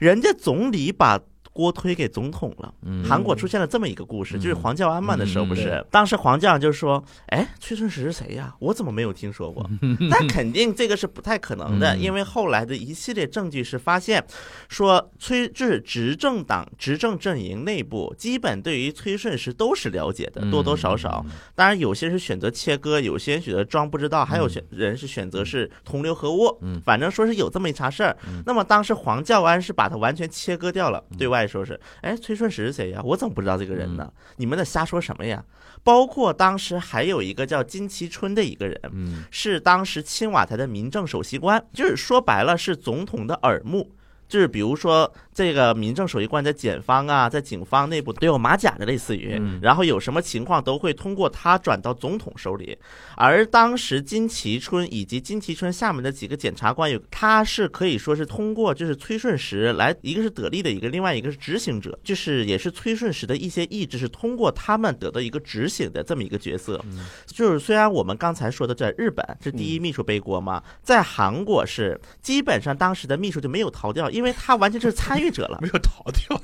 Speaker 3: 人家总理把。锅推给总统了。
Speaker 2: 嗯
Speaker 3: 韩国出现了这么一个故事，就是
Speaker 2: 嗯
Speaker 3: 黄教安嘛的时候，
Speaker 2: 嗯
Speaker 3: 不是
Speaker 1: 对
Speaker 3: 当时黄教安就说：“哎，崔顺实是谁呀？我怎么没有听说过？”
Speaker 2: <laughs>
Speaker 3: 那肯定这个是不太可能的，
Speaker 2: 嗯
Speaker 3: 因为后来的一系列证据是发现，说崔就是执政党执政阵营内部基本对于崔顺实都是了解的，多
Speaker 2: 嗯
Speaker 3: 多少少。当然，有些是选择切割，有些人选择装不知道，还有选人是选择是同流合污。
Speaker 2: 嗯
Speaker 3: 反正说是有这么一茬事儿。
Speaker 2: 嗯
Speaker 3: 那么当时黄教安是把他完全切割掉了，对外说是，哎，崔顺实是谁呀？我怎么不知道这个人呢？
Speaker 2: 嗯
Speaker 3: 你们在瞎说什么呀？包括当时还有一个叫金其春的一个人，
Speaker 2: 嗯
Speaker 3: 是当时青瓦台的民政首席官，就是说白了是总统的耳目。就是比如说，这个民政首席官在检方啊，在警方内部都有马甲的，类似于
Speaker 2: 嗯，
Speaker 3: 然后有什么情况都会通过他转到总统手里。而当时金其春以及金其春下面的几个检察官有，他是可以说是通过就是崔顺实来，一个是得力的一个，另外一个是执行者，就是也是崔顺实的一些意志是通过他们得到一个执行的这么一个角色。就是虽然我们刚才说的在日本是第一秘书背锅嘛，在韩国是基本上当时的秘书就没有逃掉，因为他完全就是参与者
Speaker 2: 啊 <laughs>
Speaker 3: 了。
Speaker 1: 没有逃掉。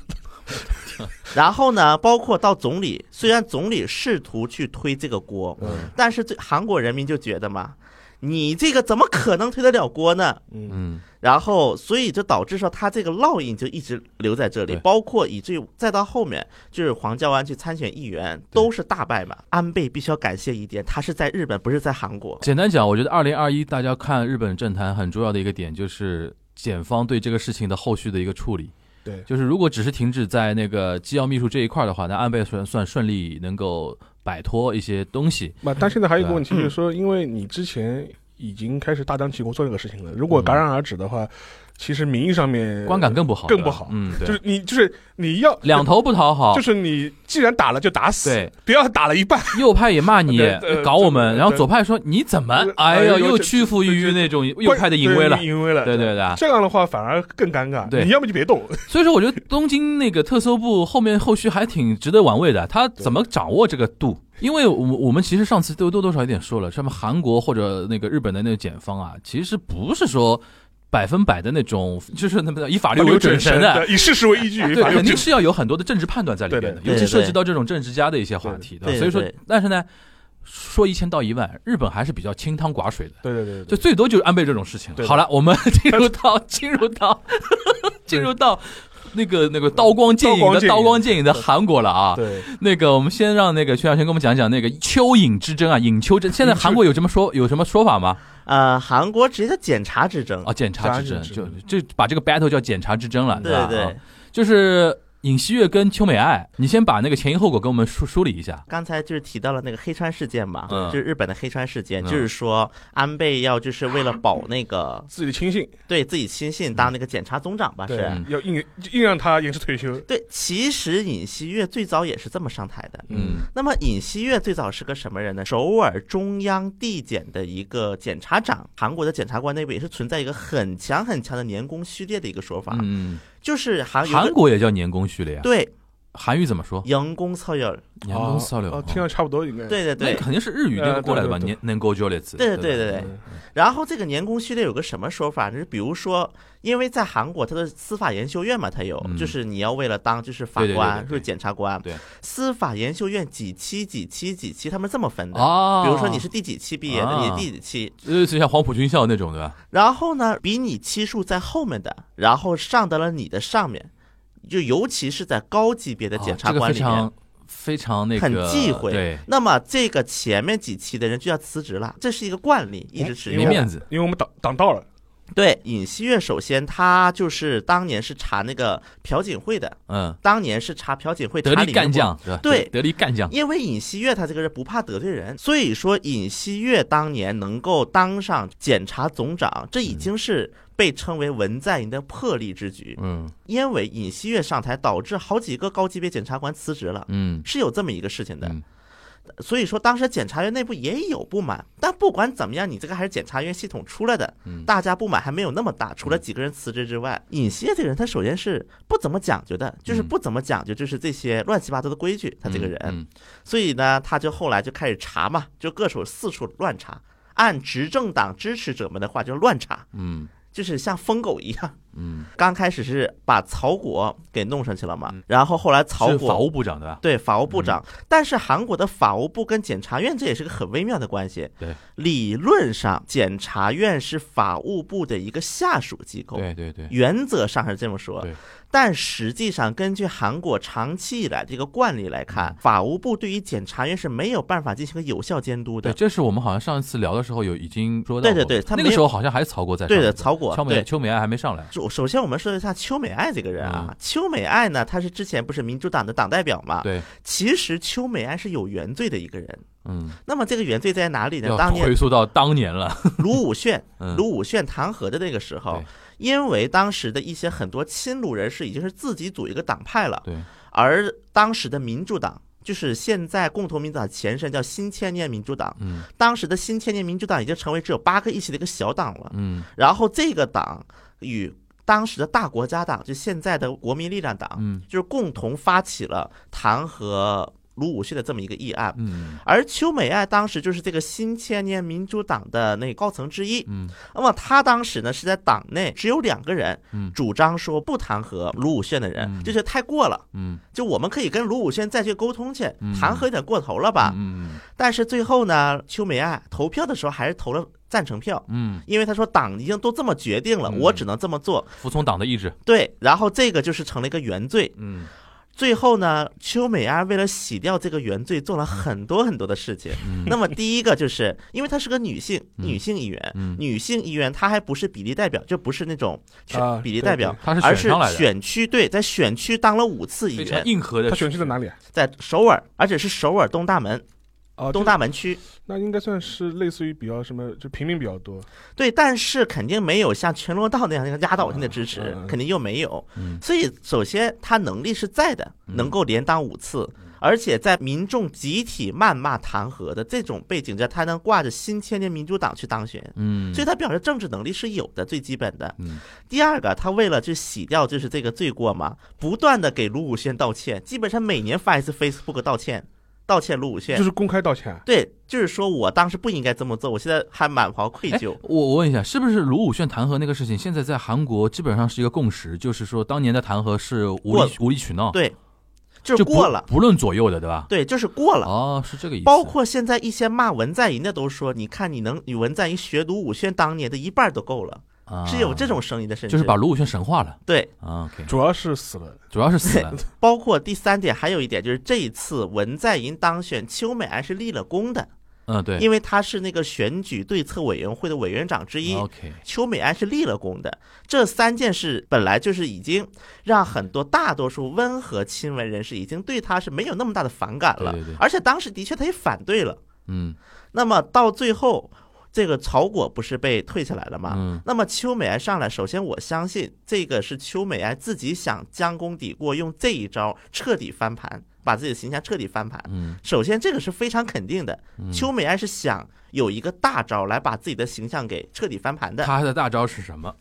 Speaker 3: 然后呢，包括到总理，虽然总理试图去推这个锅，
Speaker 1: 嗯
Speaker 3: 但是这韩国人民就觉得嘛，你这个怎么可能推得了锅呢？
Speaker 1: 嗯，
Speaker 2: 嗯
Speaker 3: 然后，所以就导致说他这个烙印就一直留在这里
Speaker 2: 对，
Speaker 3: 包括以至于再到后面，就是黄教安去参选议员都是大败嘛。安倍必须要感谢一点，他是在日本，不是在韩国。
Speaker 2: 简单讲，我觉得二零二一大家看日本政坛很重要的一个点就是检方对这个事情的后续的一个处理。
Speaker 1: 对
Speaker 2: 就是如果只是停止在那个机要秘书这一块儿的话，那安倍算算顺利能够摆脱一些东西。
Speaker 1: 那但现在还有一个问题
Speaker 3: 嗯
Speaker 2: 啊
Speaker 1: 就是说，因为你之前已经开始大张旗鼓做这个事情了，如果戛然而止的话，其实名义上面
Speaker 2: 嗯观感更不好了，
Speaker 1: 更不好
Speaker 2: 嗯，对，
Speaker 1: 就是你就是你要
Speaker 2: 两头不讨好，
Speaker 1: 就是你既然打了就打死，
Speaker 2: 对，
Speaker 1: 不要打了一半。
Speaker 2: 右派也骂你呃
Speaker 1: 对对，
Speaker 2: 搞我们，
Speaker 1: 对
Speaker 2: 然后左派说你怎么
Speaker 1: 对，
Speaker 2: 哎呦，
Speaker 1: 哎呦
Speaker 2: 又
Speaker 1: 这
Speaker 2: 屈服于那种右派的淫
Speaker 1: <laughs> 对
Speaker 2: 威了。
Speaker 1: 淫威了，
Speaker 2: 对对对啊
Speaker 1: 这样的话反而更尴尬。
Speaker 2: 对
Speaker 1: 你要么就别动，
Speaker 2: 所以说，我觉得东京那个特搜部后面后续还挺值得玩味的，他怎么掌握这个度？因为我我们其实上次都多多少有点说了，什么韩国或者那个日本的那个检方啊，其实不是说百分百的那种， <laughs> 就是那么的以法律为啊准绳
Speaker 1: <laughs>
Speaker 2: 的，啊
Speaker 1: 对以事实为依据，以
Speaker 2: 对
Speaker 1: 法，律为
Speaker 2: 肯定
Speaker 1: 准
Speaker 2: 是要有很多的政治判断在里边的，
Speaker 1: 对
Speaker 2: 尤
Speaker 3: 对
Speaker 2: 其
Speaker 3: 对
Speaker 2: 涉及
Speaker 3: 对
Speaker 2: 到这种政治家的一些话题的。
Speaker 3: 对对
Speaker 2: 所以说
Speaker 3: 对，
Speaker 2: 但是呢，说一千道一万，日本还是比较清汤寡水的，
Speaker 1: 对对对对，
Speaker 2: 就最多就是安倍这种事情
Speaker 1: 对
Speaker 2: 了。
Speaker 1: 的
Speaker 2: 好了，我们 <laughs> 进
Speaker 1: <laughs>
Speaker 2: 入到进入到进入到那个那个刀光剑影
Speaker 1: 刀光
Speaker 2: 的
Speaker 1: 剑影
Speaker 2: 刀光剑影的韩国了啊。
Speaker 1: 对
Speaker 2: 那个，我们先让那个薛小轩跟我们讲讲那个蚯蚓之争啊，隐丘之。现在韩国有这么说有什么说法吗？
Speaker 3: 呃，韩国直接叫检察之争
Speaker 2: 啊，，检察之争，
Speaker 1: 嗯检察之
Speaker 2: 就
Speaker 1: 争
Speaker 2: 就把这个 battle 叫检察之争了，
Speaker 3: 对
Speaker 2: 是吧？啊
Speaker 3: 对。
Speaker 2: 就是尹锡悦跟邱美爱，你先把那个前因后果给我们梳梳理一下。
Speaker 3: 刚才就是提到了那个黑川事件嘛，
Speaker 2: 嗯
Speaker 3: 就是日本的黑川事件，
Speaker 2: 嗯
Speaker 3: 就是说安倍要就是为了保那个
Speaker 1: 自己轻信，
Speaker 3: 对自己亲信当那个检察总长吧，
Speaker 1: 对
Speaker 3: 是。
Speaker 2: 嗯
Speaker 1: 要硬硬让他延迟退休，
Speaker 3: 对，其实尹锡悦最早也是这么上台的。
Speaker 2: 嗯
Speaker 3: 那么尹锡悦最早是个什么人呢？首尔中央地检的一个检察长，韩国的检察官内部也是存在一个很强很强的年功序列的一个说法，
Speaker 2: 嗯，
Speaker 3: 就是韩有
Speaker 2: 韩
Speaker 3: 个
Speaker 2: 国也叫年功序列啊，
Speaker 3: 对
Speaker 2: 韩语怎么说？
Speaker 3: 员工操有，
Speaker 2: 年功序列
Speaker 1: 哦
Speaker 2: 啊，
Speaker 1: 听到差不多应该。
Speaker 3: 对对
Speaker 2: 那
Speaker 3: 对。
Speaker 2: 肯定是日语那个
Speaker 1: 呃
Speaker 2: 过来的吧？
Speaker 1: 对对
Speaker 2: 年年功序列词。
Speaker 3: 对对
Speaker 2: 对
Speaker 3: 对对
Speaker 1: 嗯
Speaker 3: 对，然后这个年功序列有个什么说法？就是比如说，因为在韩国，它的司法研修院嘛，它有，
Speaker 2: 嗯
Speaker 3: 就是你要为了当就是法
Speaker 2: 对对对
Speaker 3: 官
Speaker 2: 对对
Speaker 3: 或者检察官，
Speaker 2: 对
Speaker 3: 司法研修院几期几期几期，他们这么分的。
Speaker 2: 啊，
Speaker 3: 比如说你是第几期毕业的，
Speaker 2: 啊
Speaker 3: 你第几期，
Speaker 2: 类似于像黄埔军校那种对吧？
Speaker 3: 然后呢，比你期数在后面的，然后上到了你的上面，就尤其是在高级别的检察
Speaker 2: 啊这个
Speaker 3: 官
Speaker 2: 非
Speaker 3: 里面。
Speaker 2: 常非常那个
Speaker 3: 很忌讳
Speaker 2: 对，
Speaker 3: 那么这个前面几期的人就要辞职了，这是一个惯例，一直持
Speaker 1: 因
Speaker 2: 没
Speaker 1: 为
Speaker 3: 续。
Speaker 2: 面子。
Speaker 1: 因为我们挡挡道了，
Speaker 3: 对尹锡悦，首先他就是当年是查那个朴槿惠的，
Speaker 2: 嗯，
Speaker 3: 当年是查朴槿惠，
Speaker 2: 得
Speaker 3: 查
Speaker 2: 力
Speaker 3: 李
Speaker 2: 干
Speaker 3: 明博
Speaker 2: 将对吧？
Speaker 3: 对
Speaker 2: 得力干将。
Speaker 3: 因为尹锡悦他这个人不怕得罪人，所以说尹锡悦当年能够当上检察总长，这
Speaker 2: 嗯
Speaker 3: 已经是被称为文在寅的破例之举。
Speaker 2: 嗯
Speaker 3: 因为尹锡悦上台，导致好几个高级别检察官辞职了，
Speaker 2: 嗯
Speaker 3: 是有这么一个事情的。
Speaker 2: 嗯
Speaker 3: 所以说，当时检察院内部也有不满，但不管怎么样，你这个还是检察院系统出来的，
Speaker 2: 嗯
Speaker 3: 大家不满还没有那么大。除了几个人辞职之外，尹锡悦这个人，他首先是不怎么讲究的，就是
Speaker 2: 嗯
Speaker 3: 不怎么讲究，就是这些乱七八糟的规矩，他这个人。
Speaker 2: 嗯
Speaker 3: 所以呢，他就后来就开始查嘛，就各处四处乱查，按执政党支持者们的话就乱查，
Speaker 2: 嗯
Speaker 3: 就是像疯狗一样。
Speaker 2: 嗯，
Speaker 3: 刚开始是把曹果给弄上去了嘛，然后后来曹
Speaker 2: 是法
Speaker 3: 果
Speaker 2: 务部长对吧？
Speaker 3: 对法务部长，
Speaker 2: 嗯
Speaker 3: 但是韩国的法务部跟检察院这也是个很微妙的关系。
Speaker 2: 对，
Speaker 3: 理论上检察院是法务部的一个下属机构。
Speaker 2: 对对对，
Speaker 3: 原则上是这么说
Speaker 2: 对，
Speaker 3: 但实际上根据韩国长期以来的一个惯例
Speaker 2: 嗯
Speaker 3: 来看，法务部对于检察院是没有办法进行个有效监督
Speaker 2: 对，
Speaker 3: 的。
Speaker 2: 这是我们好像上一次聊的时候有已经说到
Speaker 3: 对
Speaker 2: 过，
Speaker 3: 对对他
Speaker 2: 那
Speaker 3: 没
Speaker 2: 个
Speaker 3: 有
Speaker 2: 时候好像还是曹国在上
Speaker 3: 对
Speaker 2: 面，
Speaker 3: 的，曹果
Speaker 2: 邱美
Speaker 3: 对。
Speaker 2: 邱美爱还没上来，
Speaker 3: 首首先，我们说一下邱美爱这个人啊。邱美爱呢，她是之前不是民主党的党代表嘛？
Speaker 2: 嗯对，
Speaker 3: 其实邱美爱是有原罪的一个人。
Speaker 2: 嗯，
Speaker 3: 那么这个原罪在哪里呢？
Speaker 2: 要
Speaker 3: 当年
Speaker 2: 回溯到当年了，
Speaker 3: 卢武铉
Speaker 2: 嗯，
Speaker 3: 卢武铉弹劾的那个时候
Speaker 2: 对，
Speaker 3: 因为当时的一些很多亲卢人士已经是自己组一个党派了，
Speaker 2: 对，
Speaker 3: 而当时的民主党。就是现在共同民主党前身叫新千年民主党，
Speaker 2: 嗯
Speaker 3: 当时的新千年民主党已经成为只有八个议席的一个小党了。
Speaker 2: 嗯
Speaker 3: 然后这个党与当时的大国家党，就现在的国民力量党，
Speaker 2: 嗯
Speaker 3: 就是共同发起了弹劾卢武铉的这么一个议案。
Speaker 2: 嗯
Speaker 3: 而邱美爱当时就是这个新千年民主党的那高层之一。
Speaker 2: 嗯，
Speaker 3: 那么他当时呢是在党内只有两个人
Speaker 2: 嗯
Speaker 3: 主张说不弹劾卢武铉的人，
Speaker 2: 嗯
Speaker 3: 这就太过了。
Speaker 2: 嗯
Speaker 3: 就我们可以跟卢武铉再去沟通去
Speaker 2: 嗯，
Speaker 3: 弹劾有点过头了吧？
Speaker 2: 嗯
Speaker 3: 但是最后呢，邱美爱投票的时候还是投了赞成票。
Speaker 2: 嗯，
Speaker 3: 因为他说党已经都这么决定了，
Speaker 2: 嗯
Speaker 3: 我只能这么做。
Speaker 2: 服从党的意志，
Speaker 3: 对，然后这个就是成了一个原罪。
Speaker 2: 嗯
Speaker 3: 最后呢，邱美爱为了洗掉这个原罪，做了很多很多
Speaker 2: <laughs>
Speaker 3: 的事情。
Speaker 2: 嗯
Speaker 3: 那么第一个就是因为她是个女性，
Speaker 2: 嗯
Speaker 3: 女性议员，
Speaker 2: 嗯，
Speaker 3: 女性议员她还不是比例代表，就不是那种
Speaker 1: 啊
Speaker 3: 选比例
Speaker 1: 对
Speaker 3: 代表，
Speaker 2: 他是
Speaker 3: 而
Speaker 2: 选
Speaker 3: 是
Speaker 2: 上来的，
Speaker 3: 选区对，在选区当了五次议
Speaker 2: 非常
Speaker 3: 员，
Speaker 2: 硬核的，
Speaker 1: 他选区在哪里啊？
Speaker 3: 在首尔，而且是首尔东大
Speaker 2: 哦
Speaker 3: 门
Speaker 1: 啊，
Speaker 3: 东大门区。
Speaker 1: 那应该算是类似于比较什么，就平民比较多。
Speaker 3: 对，但是肯定没有像全罗道那样压倒性的支持
Speaker 1: 嗯嗯，
Speaker 3: 肯定又没有。
Speaker 2: 啊嗯
Speaker 3: 所以，首先他能力是在的，
Speaker 2: 嗯
Speaker 3: 能够连当五次，而且在民众集体谩骂弹劾的这种背景下，他能挂着新千年民主党去当选。
Speaker 2: 嗯，
Speaker 3: 所以他表示政治能力是有的，最基本的。
Speaker 2: 嗯
Speaker 3: 第二个，他为了去洗掉就是这个罪过嘛，不断的给卢武铉道歉，基本上每年发一次 Facebook 道歉，道歉卢武铉。
Speaker 1: 就是公开道歉啊，
Speaker 3: 对，就是说我当时不应该这么做，我现在还满怀愧
Speaker 2: 哎
Speaker 3: 疚。
Speaker 2: 我我问一下，是不是卢武铉弹劾那个事情，现在在韩国基本上是一个共识，就是说当年的弹劾是无
Speaker 3: 过
Speaker 2: 理无理取闹，
Speaker 3: 对，就
Speaker 2: 就是不
Speaker 3: 过了，
Speaker 2: 不论左右的，对吧？
Speaker 3: 对，就是过了。
Speaker 2: 哦，是这个意思，
Speaker 3: 包括现在一些骂文在寅的都说，你看你能你文在寅学卢武铉当年的一半都够了，
Speaker 2: 啊
Speaker 3: 是有这，种声音的，甚至
Speaker 2: 就是把卢武铉神化了。
Speaker 3: 对。
Speaker 2: 啊 OK，
Speaker 1: 主要是死了。 <laughs>
Speaker 2: 主要是死了，
Speaker 3: 包括第三点，还有一点就是这一次文在寅当选，邱美爱是立了功的，
Speaker 2: 嗯，对，
Speaker 3: 因为她是那个选举对策委员会的委员长之一。
Speaker 2: OK，
Speaker 3: 邱美爱是立了功的，这三件事本来就是已经让很多大多数温和亲文人士已经对她是没有那么大的反感了，
Speaker 2: 对对对
Speaker 3: 而且当时的确她也反对了。
Speaker 2: 嗯
Speaker 3: 那么到最后，这个曹果不是被退下来了吗？
Speaker 2: 嗯
Speaker 3: 那么邱美爱上来，首先我相信这个是邱美爱自己想将功抵过，用这一招彻底翻盘，把自己的形象彻底翻盘。
Speaker 2: 嗯
Speaker 3: 首先，这个是非常肯定的，
Speaker 2: 嗯，
Speaker 3: 邱美爱是想有一个大招来把自己的形象给彻底翻盘的。
Speaker 2: 他的大招是什么？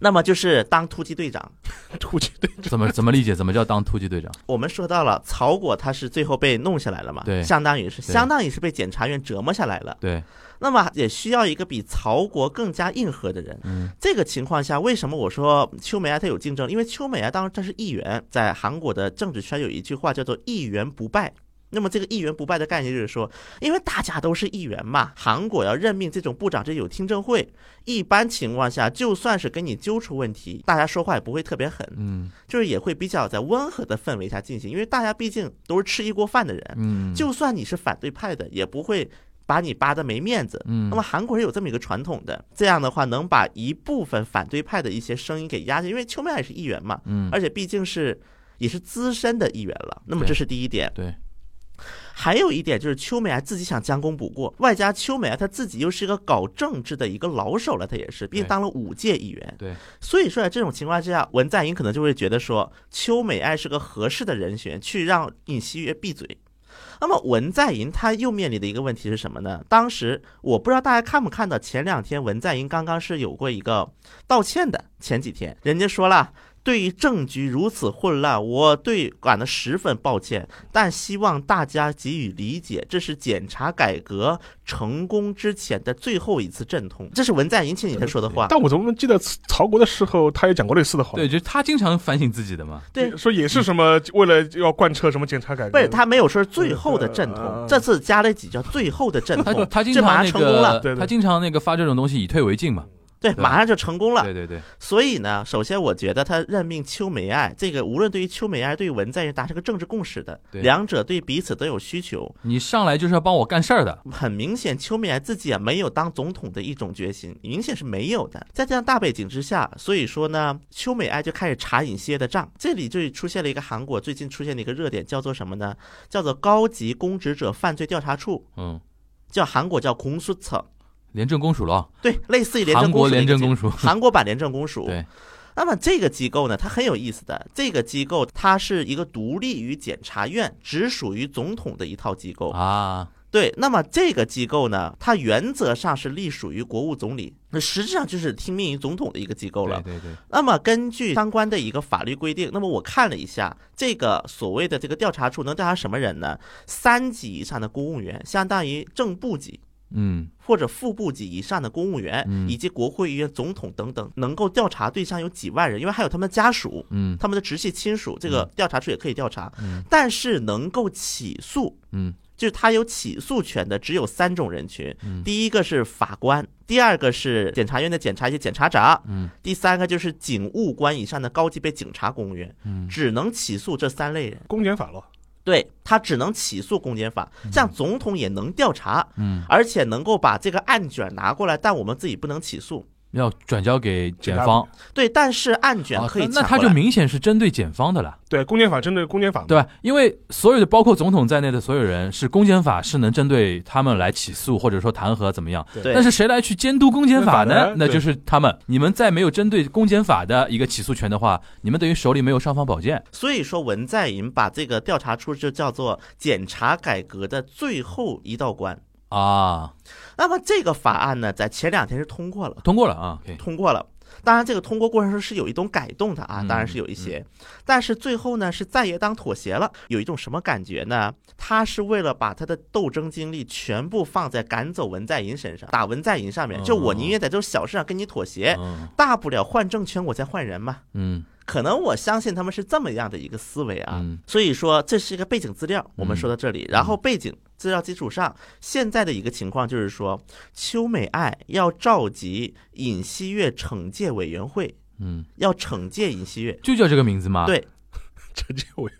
Speaker 3: 那么就是当突击队长。
Speaker 1: 突击队
Speaker 2: 怎么怎么理解？怎么叫当突击队长？
Speaker 3: 我们说到了曹果，他是最后被弄下来了嘛？
Speaker 2: 对
Speaker 3: 相当于是
Speaker 2: 对
Speaker 3: 相当于是被检察院折磨下来了。
Speaker 2: 对，
Speaker 3: 那么也需要一个比曹国更加硬核的人。
Speaker 2: 嗯
Speaker 3: 这个情况下，为什么我说邱美爱她有竞争？因为邱美爱当时她是议员，在韩国的政治圈有一句话叫做“议员不败”。那么这个“议员不败”的概念就是说，因为大家都是议员嘛，韩国要任命这种部长，这有听证会。一般情况下，就算是给你揪出问题，大家说话也不会特别狠， <laughs>
Speaker 2: 嗯
Speaker 3: 就是也会比较在温和的氛围下进行，因为大家毕竟都是吃一锅饭的人，
Speaker 2: 嗯，
Speaker 3: 就算你是反对派的，也不会把你扒的没面子。
Speaker 2: 嗯
Speaker 3: 那么韩国人有这么一个传统的，这样的话能把一部分反对派的一些声音给压下，因为邱美也是议员嘛，
Speaker 2: 嗯
Speaker 3: 而且毕竟是也是资深的议员了。那么
Speaker 2: 对
Speaker 3: 这是第一点。
Speaker 2: 对，
Speaker 3: 还有一点就是邱美爱自己想将功补过，外加邱美爱她自己又是一个搞政治的一个老手了，她也是，并
Speaker 2: 对
Speaker 3: 当了五届议员。
Speaker 2: 对，
Speaker 3: 所以说在这种情况之下，文在寅可能就会觉得说邱美爱是个合适的人选，去让尹锡悦闭嘴。那么文在寅他又面临的一个问题是什么呢？当时我不知道大家看不看到，前两天文在寅刚刚是有过一个道歉的，前几天人家说了。对于政局如此混乱，我对感到十分抱歉，但希望大家给予理解，这是检察改革成功之前的最后一次阵痛。这是文在寅前几天说的话。
Speaker 1: 但我怎么记得曹国的时候，他也讲过类似的话？
Speaker 2: 啊对，就是他经常反省自己的
Speaker 3: <laughs>
Speaker 2: 嘛。
Speaker 3: 对，
Speaker 1: 说也是什么为了要贯彻什么检察改革，
Speaker 3: 不是他没有说最后的阵
Speaker 1: 嗯嗯
Speaker 3: 痛
Speaker 1: 嗯，
Speaker 3: 这次加了几叫最后的
Speaker 2: <laughs>
Speaker 3: 阵
Speaker 2: 他
Speaker 3: 痛，
Speaker 2: 他经
Speaker 3: 这马
Speaker 2: 常那
Speaker 3: 上成功了，
Speaker 1: 对
Speaker 2: 个
Speaker 1: 对
Speaker 2: 他经常那个发这种东西以退为进嘛。
Speaker 3: 对，
Speaker 2: 对
Speaker 3: 马上就成功了。
Speaker 2: 对对对，
Speaker 3: 所以呢，首先我觉得他任命邱梅爱，这个无论对于邱梅爱对于文在寅达成个政治共识的，
Speaker 2: 对
Speaker 3: 两者对彼此都有需求。
Speaker 2: 你上来就是要帮我干事儿的。
Speaker 3: 很明显，邱梅爱自己也没有当总统的一种决心，明显是没有的。在这样大背景之下，所以说呢，邱美爱就开始查尹锡悦的账。这里就出现了一个韩国最近出现的一个热点，叫做什么呢？叫做高级公职者犯罪调查处，
Speaker 2: 嗯，
Speaker 3: 叫韩国叫공수처，
Speaker 2: 廉政公署了，
Speaker 3: 对，类似于廉
Speaker 2: 韩
Speaker 3: 政
Speaker 2: 国
Speaker 3: 公署的一
Speaker 2: 廉
Speaker 3: 个
Speaker 2: 政
Speaker 3: 机
Speaker 2: 公署。
Speaker 3: 韩国版廉政公署。
Speaker 2: 对，
Speaker 3: 那么这个机构呢，它很有意思的。这个机构它是一个独立于检察院，只属于总统的一套机构。
Speaker 2: 啊，
Speaker 3: 对，那么这个机构呢，它原则上是隶属于国务总理，那实质上就是听命于总统的一个机构了
Speaker 2: 对。对对，
Speaker 3: 那么根据相关的一个法律规定，那么我看了一下，这个所谓的这个调查处能调查什么人呢？三级以上的公务员，相当于正部级。
Speaker 2: 嗯，
Speaker 3: 或者副部级以上的公务员，
Speaker 2: 嗯
Speaker 3: 以及国会议员、总统等等，能够调查对象有几万人，因为还有他们的家属、
Speaker 2: 嗯
Speaker 3: 他们的直系亲属，这
Speaker 2: 嗯
Speaker 3: 个调查处也可以调查。
Speaker 2: 嗯
Speaker 3: 但是能够起诉，
Speaker 2: 嗯，
Speaker 3: 就是他有起诉权的只有三种人群：
Speaker 2: 嗯
Speaker 3: 第一个是法官，第二个是检察院的检察以及检察长，
Speaker 2: 嗯
Speaker 3: 第三个就是警务官以上的高级别警察公务员，
Speaker 2: 嗯
Speaker 3: 只能起诉这三类人。
Speaker 1: 公检法了，
Speaker 3: 对他只能起诉公检法，像总统也能调查，
Speaker 2: 嗯，
Speaker 3: 而且能够把这个案卷拿过来，但我们自己不能起诉。
Speaker 2: 要转交给检方。
Speaker 3: 对，但是案卷
Speaker 2: 啊
Speaker 3: 可以
Speaker 2: 那
Speaker 3: 抢
Speaker 2: 他
Speaker 3: 过
Speaker 2: 就
Speaker 3: 来。
Speaker 2: 明显是针对检方的了，
Speaker 1: 对，公检法针对公检法嘛， <laughs>
Speaker 2: 对吧？因为所有的包括总统在内的所有人，是公检法是能针对他们来起诉或者说弹劾怎么样。
Speaker 3: 对
Speaker 2: 但是谁来去监督公检法
Speaker 1: 公检
Speaker 2: 呢
Speaker 1: 法呢？
Speaker 2: 那
Speaker 1: 对
Speaker 2: 就是他们。你们再没有针对公检法的一个起诉权的话，你们等于手里没有尚方宝剑。
Speaker 3: 所以说，文在寅把这个调查处就叫做检察改革的最后一道关。
Speaker 2: 啊，
Speaker 3: 那么这个法案呢，在前两天是通过了，
Speaker 2: 通过了啊，可以。
Speaker 3: 通过了。当然，这个通过过程中是有一种改动的啊
Speaker 2: 嗯，
Speaker 3: 当然是有一些，但是最后呢，是在野党妥协了。有一种什么感觉呢？他是为了把他的斗争精力全部放在赶走文在寅身上，打文在寅
Speaker 2: 哦
Speaker 3: 上面。就我宁愿在这种小事上跟你妥协，
Speaker 2: 嗯
Speaker 3: 大不了换政权，我再换人嘛。
Speaker 2: 嗯
Speaker 3: 可能我相信他们是这么样的一个思维啊，
Speaker 2: 嗯
Speaker 3: 所以说这是一个背景资料，我们说到这里。然后背景资料基础上，现在的一个情况就是说，邱美爱要召集尹锡悦惩戒委员会，
Speaker 2: 嗯，
Speaker 3: 要惩戒尹锡悦。
Speaker 2: 就叫这个名字吗？
Speaker 3: 对
Speaker 1: 陈建伟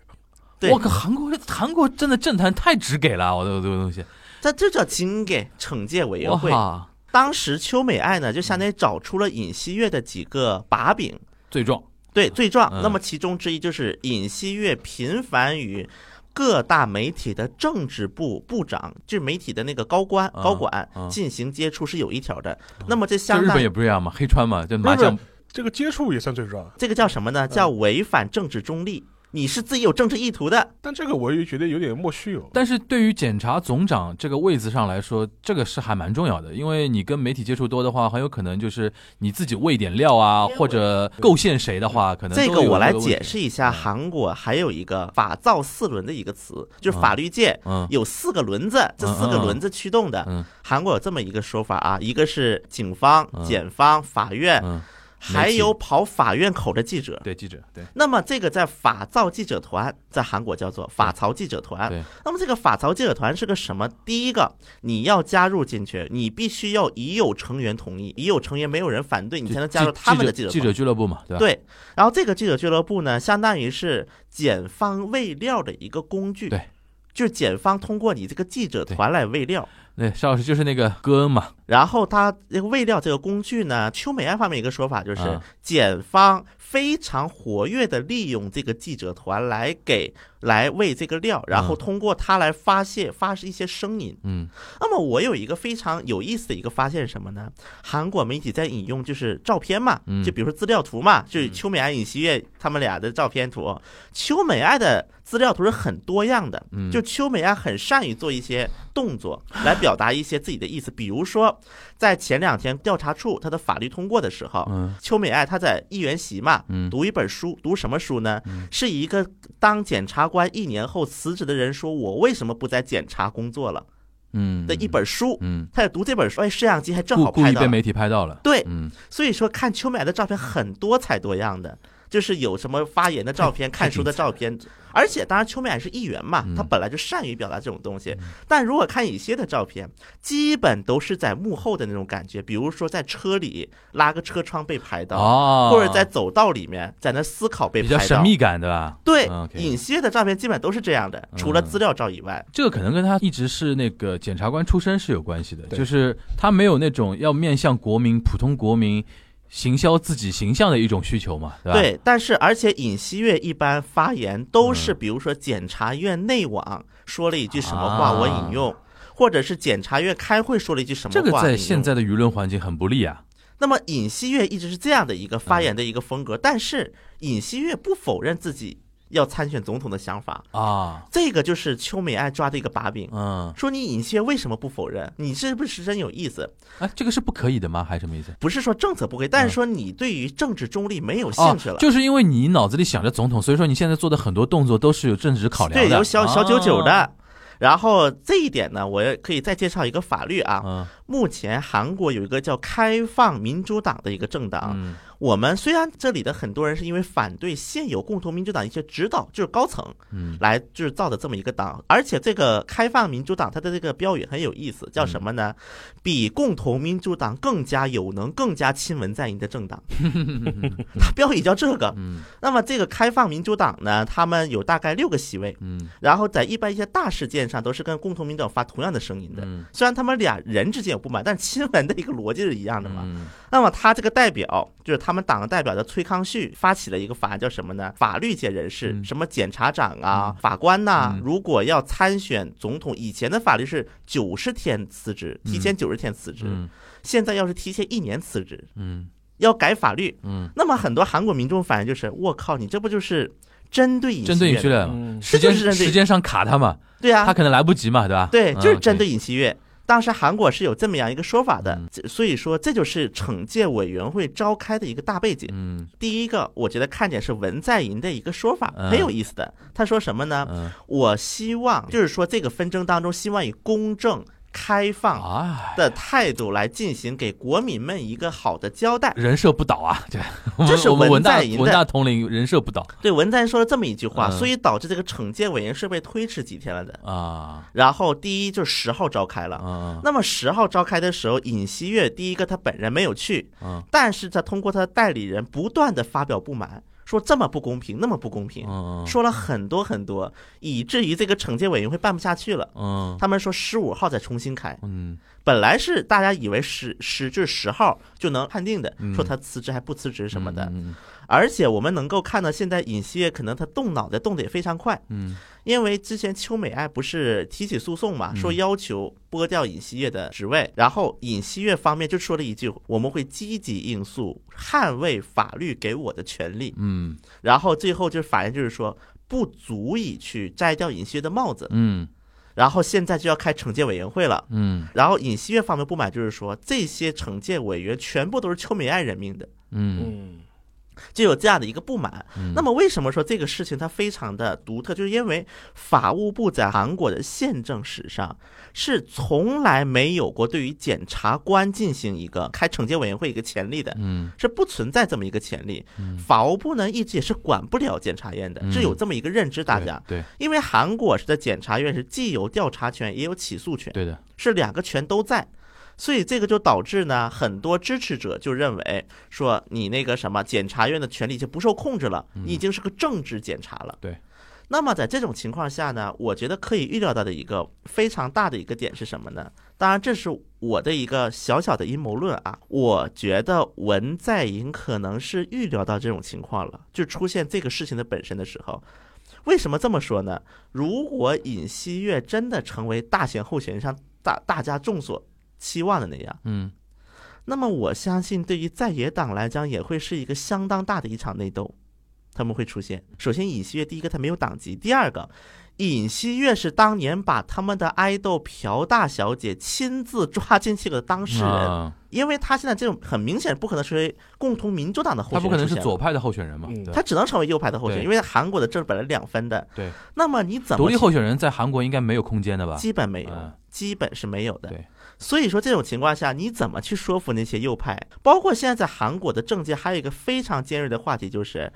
Speaker 3: 对
Speaker 2: 我靠，韩国韩国真的政坛太直给了，我的这个东西。
Speaker 3: 这这叫金给惩戒委员
Speaker 2: 我
Speaker 3: 会。
Speaker 2: 靠，
Speaker 3: 当时邱美爱呢，就相当于找出了尹锡悦的几个把柄，
Speaker 2: 最重。
Speaker 3: 对罪状
Speaker 2: 嗯。
Speaker 3: 那么其中之一就是尹锡悦频繁与各大媒体的政治部部长，就是媒体的那个高官
Speaker 2: 嗯
Speaker 3: 高管
Speaker 2: 嗯
Speaker 3: 进行接触是有一条的。那么这
Speaker 2: 就
Speaker 3: 相
Speaker 2: 日
Speaker 3: 当
Speaker 2: 本也不是这样嘛，黑川嘛，就麻将
Speaker 1: 不这个接触也算罪状啊，
Speaker 3: 这个叫什么呢？
Speaker 2: 嗯
Speaker 3: 叫违反政治中立。你是自己有政治意图的，
Speaker 1: 但这个我也觉得有点莫须有。
Speaker 2: 但是对于检察总长这个位子上来说，这个是还蛮重要的，因为你跟媒体接触多的话，很有可能就是你自己喂点料啊，或者构陷谁的话，可能
Speaker 3: 这
Speaker 2: 都
Speaker 3: 个
Speaker 2: 有
Speaker 3: 我来
Speaker 2: 问
Speaker 3: 解
Speaker 2: 题。
Speaker 3: 释一下。
Speaker 2: 嗯
Speaker 3: 韩国还有一个“法造四轮”的一个词，就是法律界
Speaker 2: 嗯
Speaker 3: 有四个轮子，这四个
Speaker 2: 嗯嗯嗯
Speaker 3: 轮子驱动的。
Speaker 2: 嗯
Speaker 3: 韩国有这么一个说法啊，一个是警方
Speaker 2: 嗯、
Speaker 3: 检方、法院，
Speaker 2: 嗯，
Speaker 3: 还
Speaker 2: 媒体
Speaker 3: 有跑法院口的记者。
Speaker 2: 对记者，对
Speaker 3: 那么这个在法造记者团，在韩国叫做法曹记者
Speaker 2: 对
Speaker 3: 团。那么这个法曹记者团是个什么？第一个，你要加入进去，你必须要已有成员同意，已有成员没有人反对，你才能加入他们的
Speaker 2: 记
Speaker 3: 记
Speaker 2: 者
Speaker 3: 者
Speaker 2: 记
Speaker 3: 团。
Speaker 2: 者俱乐部嘛，对吧？
Speaker 3: 对，然后这个记者俱乐部呢，相当于是检方喂料的一个工具。
Speaker 2: 对，
Speaker 3: 就是检方通过你这个记者团来喂料。
Speaker 2: 对，哎邵老师就是那个戈恩嘛，
Speaker 3: 然后他这个喂料这个工具呢，邱美安方面一个说法就是
Speaker 2: 啊，
Speaker 3: 检方非常活跃的利用这个记者团来给来喂这个
Speaker 2: 啊
Speaker 3: 料，然后通过它来发泄发一些声音。
Speaker 2: 嗯
Speaker 3: 那么我有一个非常有意思的一个发现是什么呢？韩国媒体在引用就是照片嘛
Speaker 2: 嗯，
Speaker 3: 就比如说资料图嘛，就是邱美安、尹锡悦他们俩的照片图。邱美啊安的资料图是很多样的，
Speaker 2: 嗯，
Speaker 3: 就邱美安很善于做一些动作来表表达一些自己的意思。比如说，在前两天调查处它的法律通过的时候，
Speaker 2: 嗯
Speaker 3: 邱美爱她在议员席嘛，
Speaker 2: 嗯
Speaker 3: 读一本书，读什么书呢
Speaker 2: 嗯？
Speaker 3: 是一个当检察官一年后辞职的人说：“我为什么不在检察工作了？”
Speaker 2: 嗯
Speaker 3: 的一，本书，
Speaker 2: 嗯，
Speaker 3: 他在读这本书，哎，摄像机还正
Speaker 2: 故
Speaker 3: 好
Speaker 2: 故
Speaker 3: 拍
Speaker 2: 意
Speaker 3: 到
Speaker 2: 被
Speaker 3: 了。
Speaker 2: 媒体拍到了，
Speaker 3: 对，
Speaker 2: 嗯，
Speaker 3: 所以说看秋美爱的照片很多彩多样的，就是有什么发言的照片、看书的照片，而且当然秋美爱是议员嘛
Speaker 2: 嗯，
Speaker 3: 她本来就善于表达这种东西。但如果看一些的照片，基本都是在幕后的那种感觉，比如说在车里拉个车窗被拍到，
Speaker 2: 哦，
Speaker 3: 或者在走道里面在那思考被
Speaker 2: 比较
Speaker 3: 拍
Speaker 2: 神
Speaker 3: 到。
Speaker 2: 秘感，对吧？
Speaker 3: 对
Speaker 2: 嗯，，OK
Speaker 3: 尹锡悦的照片基本都是这样的，除了
Speaker 2: 嗯
Speaker 3: 资料照以外，
Speaker 2: 这个可能跟他一直是那个检察官出身是有关系的，
Speaker 1: 对
Speaker 2: 就是他没有那种要面向国民、普通国民行销自己形象的一种需求嘛，对吧？
Speaker 3: 对，但是而且尹锡悦一般发言都
Speaker 2: 嗯
Speaker 3: 是，比如说检察院内网说了一句什么话，
Speaker 2: 啊
Speaker 3: 我引用。或者是检察院开会说了一句什么
Speaker 2: 这
Speaker 3: 话？
Speaker 2: 个
Speaker 3: 引
Speaker 2: 在
Speaker 3: 用
Speaker 2: 现，在的舆论环境很不利啊。
Speaker 3: 那么尹锡悦一直是这样的一个发
Speaker 2: 嗯
Speaker 3: 言的一个风格，但是尹锡悦不否认自己要参选总统的想法，
Speaker 2: 啊，
Speaker 3: 这个就是邱美爱抓的一个把柄，
Speaker 2: 嗯，
Speaker 3: 说你尹锡悦为什么不否认？你是不是真有意思？
Speaker 2: 哎，这个是不可以的吗？还是什么意思？
Speaker 3: 不是说政策不可以，但是说你对于政治中立没有
Speaker 2: 哦
Speaker 3: 兴趣了，，
Speaker 2: 就是因为你脑子里想着总统，所以说你现在做的很多动作都是有政治考量的，
Speaker 3: 对，有小小九九的。
Speaker 2: 啊，
Speaker 3: 然后这一点呢，我也可以再介绍一个法律啊。
Speaker 2: 嗯
Speaker 3: 目前韩国有一个叫开放民主党的一个政党。
Speaker 2: 嗯
Speaker 3: 我们虽然这里的很多人是因为反对现有共同民主党一些指导，就是高层
Speaker 2: 嗯
Speaker 3: 来制造的这么一个党，而且这个开放民主党它的这个标语很有意
Speaker 2: 嗯
Speaker 3: 思，叫什么呢？比共同民主党更加有能、更加亲文在寅的
Speaker 2: <laughs>
Speaker 3: 政党。它标语叫这个。
Speaker 2: 嗯
Speaker 3: 那么这个开放民主党呢，他们有大概六个席位。
Speaker 2: 嗯
Speaker 3: 然后在一般一些大事件上都是跟共同民主党发同样的声音的。
Speaker 2: 嗯
Speaker 3: 虽然他们俩人之间有不满，但是亲文的一个逻辑是一样的嘛。
Speaker 2: 嗯，
Speaker 3: 那么他这个代表就是他们党的代表的崔康旭发起了一个法案，叫什么呢？法律界人士，
Speaker 2: 嗯
Speaker 3: 什么检察长啊、法官呐、
Speaker 2: 嗯
Speaker 3: 如果要参选总统，以前的法律是九十天辞职，提前九十天辞职，
Speaker 2: 嗯
Speaker 3: 现在要是提前一年辞职，
Speaker 2: 嗯
Speaker 3: 要改法律。
Speaker 2: 嗯，
Speaker 3: 那么很多韩国民众反应就是：我靠，你这不就是针对尹
Speaker 2: 针对
Speaker 3: 锡
Speaker 2: 你
Speaker 3: 悦
Speaker 2: 去
Speaker 3: 的
Speaker 2: 了嘛，
Speaker 1: 嗯
Speaker 2: 时
Speaker 3: 这就
Speaker 2: 间
Speaker 3: 是针对
Speaker 2: 时间上卡他嘛，
Speaker 3: 对啊，
Speaker 2: 他可能来不及嘛，对吧？
Speaker 3: 对，就是
Speaker 2: 嗯
Speaker 3: 针对尹锡悦。当时韩国是有这么样一个说法的
Speaker 2: 嗯，
Speaker 3: 这所以说这就是惩戒委员会召开的一个大背景。
Speaker 2: 嗯
Speaker 3: 第一个，我觉得看点是文在寅的一个说法，
Speaker 2: 嗯
Speaker 3: 很有意思的。他说什么呢？
Speaker 2: 嗯
Speaker 3: 我希望就是说这个纷争当中，希望以公正、开放
Speaker 2: 啊，
Speaker 3: 的态度来进行，给国民们一个好的交代。
Speaker 2: 人设不倒啊，对，我们
Speaker 3: 这是
Speaker 2: 我们
Speaker 3: 文
Speaker 2: 文大
Speaker 3: 在寅的
Speaker 2: 文大统领人设不倒
Speaker 3: 对，文在寅说了这么一句话，
Speaker 2: 嗯
Speaker 3: 所以导致这个惩戒委员是被推迟几天了的。
Speaker 2: 啊
Speaker 3: 然后第一就是十号召开了，
Speaker 2: 啊
Speaker 3: 那么十号召开的时候，尹锡悦第一个他本人没有去，
Speaker 2: 嗯
Speaker 3: 但是他通过他的代理人不断的发表不满，说这么不公平，那么不公平，
Speaker 2: 嗯
Speaker 3: 说了很多很多，以至于这个惩戒委员会办不下去了。
Speaker 2: 嗯
Speaker 3: 他们说十五号再重新开，
Speaker 2: 嗯
Speaker 3: 本来是大家以为十十至十号就能判定的
Speaker 2: 嗯，
Speaker 3: 说他辞职还不辞职什么的。
Speaker 2: 嗯
Speaker 3: 而且我们能够看到，现在尹锡悦可能他动脑袋动得也非常快，
Speaker 2: 嗯
Speaker 3: 因为之前邱美爱不是提起诉讼嘛，
Speaker 2: 嗯
Speaker 3: 说要求剥掉尹锡悦的职位，然后尹锡悦方面就说了一句：“我们会积极应诉，捍卫法律给我的权利。
Speaker 2: 嗯”
Speaker 3: 然后最后就是法院就是说不足以去摘掉尹锡悦的帽子，
Speaker 2: 嗯
Speaker 3: 然后现在就要开惩戒委员会了。
Speaker 2: 嗯
Speaker 3: 然后尹锡悦方面不满就是说，这些惩戒委员全部都是邱美爱任命的，
Speaker 2: 嗯
Speaker 1: 嗯
Speaker 3: 就有这样的一个不满。
Speaker 2: 嗯，
Speaker 3: 那么为什么说这个事情它非常的独特？就是因为法务部在韩国的宪政史上是从来没有过对于检察官进行一个开惩戒委员会一个潜力的。
Speaker 2: 嗯
Speaker 3: 是不存在这么一个潜力，法务部呢一直也是管不了检察院的，
Speaker 2: 嗯
Speaker 3: 是有这么一个认知。大家，
Speaker 2: 对
Speaker 3: 因为韩国是在检察院是既有调查权也有起诉权，
Speaker 2: 对的，
Speaker 3: 是两个权都在，所以这个就导致呢，很多支持者就认为说你那个什么检察院的权力就不受控制了，你已经是个政治检察了。
Speaker 2: 对。
Speaker 3: 那么在这种情况下呢，我觉得可以预料到的一个非常大的一个点是什么呢？当然，这是我的一个小小的阴谋论啊。我觉得文在寅可能是预料到这种情况了，就出现这个事情的本身的时候。为什么这么说呢？如果尹锡悦真的成为大选候选人上大大家众所期望的那样，
Speaker 2: 嗯
Speaker 3: 那么我相信对于在野党来讲，也会是一个相当大的一场内斗。他们会出现。首先，尹锡悦第一个他没有党籍，第二个，尹锡悦是当年把他们的爱豆朴大小姐亲自抓进去的当事人，
Speaker 2: 啊，
Speaker 3: 因为他现在这种很明显不可能成为共同民主党的候选
Speaker 2: 他不
Speaker 3: 人，
Speaker 2: 可能是左。派的候选人嘛，
Speaker 1: 嗯
Speaker 2: 对
Speaker 3: 他只能成为右派的候选人，
Speaker 2: 对
Speaker 3: 因为韩国的政本来两分的。
Speaker 2: 对，
Speaker 3: 那么你怎么
Speaker 2: 独立
Speaker 3: 去
Speaker 2: 候选人在韩国应该没有空间的吧？
Speaker 3: 基本没有
Speaker 2: 嗯，
Speaker 3: 基本是没有的
Speaker 2: 对。
Speaker 3: 所以说这种情况下，你怎么去说服那些右派？包括现在在韩国的政界，还有一个非常尖锐的话题，就是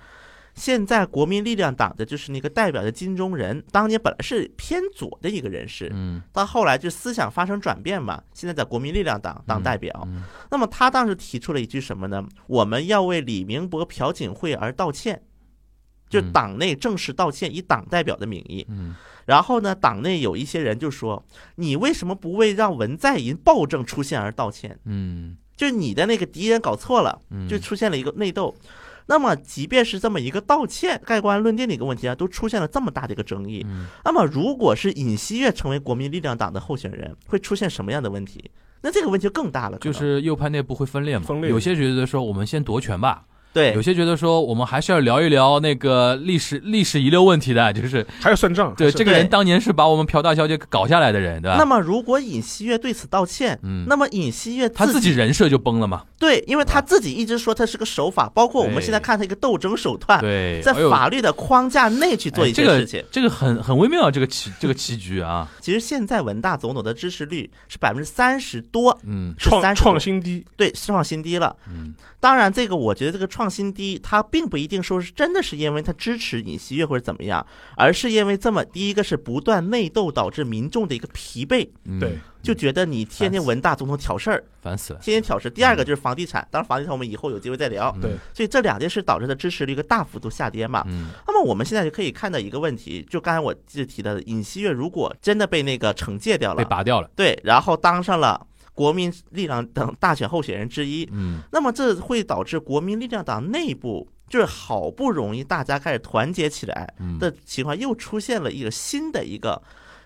Speaker 3: 现在国民力量党的就是那个代表的金钟仁，当年本来是偏左的一个人士，
Speaker 2: 嗯，
Speaker 3: 到后来就思想发生转变嘛，现在在国民力量党当代表。
Speaker 2: 嗯
Speaker 3: 那么他当时提出了一句什么呢？我们要为李明博、朴槿惠而道歉，就
Speaker 2: 嗯
Speaker 3: 党内正式道歉，以党代表的名义。
Speaker 2: 嗯，
Speaker 3: 然后呢，党内有一些人就说：“你为什么不为让文在寅暴政出现而道歉？
Speaker 2: 嗯
Speaker 3: 就是你的那个敌人搞错了，
Speaker 2: 嗯，
Speaker 3: 就出现了一个内斗。那么，即便是这么一个道歉盖棺论定的一个问题啊，都出现了这么大的一个争议。
Speaker 2: 嗯
Speaker 3: 那么，如果是尹锡悦成为国民力量党的候选人，会出现什么样的问题？那这个问题就更大了，可
Speaker 2: 就
Speaker 3: 能
Speaker 2: 是右派内部会分裂嘛，
Speaker 1: 分裂
Speaker 2: 有些觉得说我们先夺权吧，有
Speaker 3: 对
Speaker 2: 些觉得说我们还是要聊一聊那个历史历史遗留问题的，就是
Speaker 1: 还要算账。
Speaker 2: 对
Speaker 1: 还是
Speaker 2: 这个人当年是把我们朴大小姐搞下来的人，对吧？
Speaker 3: 那么，如果尹锡悦对此道歉，
Speaker 2: 嗯，
Speaker 3: 那么尹锡悦
Speaker 2: 他
Speaker 3: 自
Speaker 2: 自己人设就崩了嘛，
Speaker 3: 对，因为他自己一直说他是个手法，包括我们现在
Speaker 2: 对
Speaker 3: 看他一个斗争手段，
Speaker 2: 对，
Speaker 3: 啊在
Speaker 2: 哎呦
Speaker 3: 法律的框架内去做
Speaker 2: 哎
Speaker 3: 一些事情。
Speaker 2: 这个这个很很微妙，这个棋这个棋局啊，
Speaker 3: 其实现在文大总统的支持率是百分之三十多，
Speaker 2: 嗯
Speaker 3: 是
Speaker 1: 创
Speaker 3: 30
Speaker 1: 创新低，
Speaker 3: 对，是创新低了。
Speaker 2: 嗯
Speaker 3: 当然，这个我觉得这个创新低，它并不一定说是真的是因为他支持尹锡悦或者怎么样，而是因为这么第一个是不断内斗导致民众的一个疲惫，
Speaker 2: 嗯，
Speaker 1: 对，
Speaker 3: 就觉得你天天文大总统挑事儿，
Speaker 2: 烦死了，
Speaker 3: 天天挑事儿。第二个就是房地产，当然房地产我们以后有机会再聊。
Speaker 2: 嗯
Speaker 1: 对
Speaker 3: 所以这两件事导致的支持率一个大幅度下跌嘛。
Speaker 2: 嗯
Speaker 3: 那么我们现在就可以看到一个问题，就刚才我就提到的，尹锡悦如果真的被那个惩戒掉
Speaker 2: 被
Speaker 3: 了，
Speaker 2: 拔掉了，
Speaker 3: 对，然后当上了国民力量党大选候选人之一，
Speaker 2: 嗯
Speaker 3: 那么这会导致国民力量党内部就是好不容易大家开始团结起来
Speaker 2: 嗯，
Speaker 3: 的情况，又出现了一个新的一个。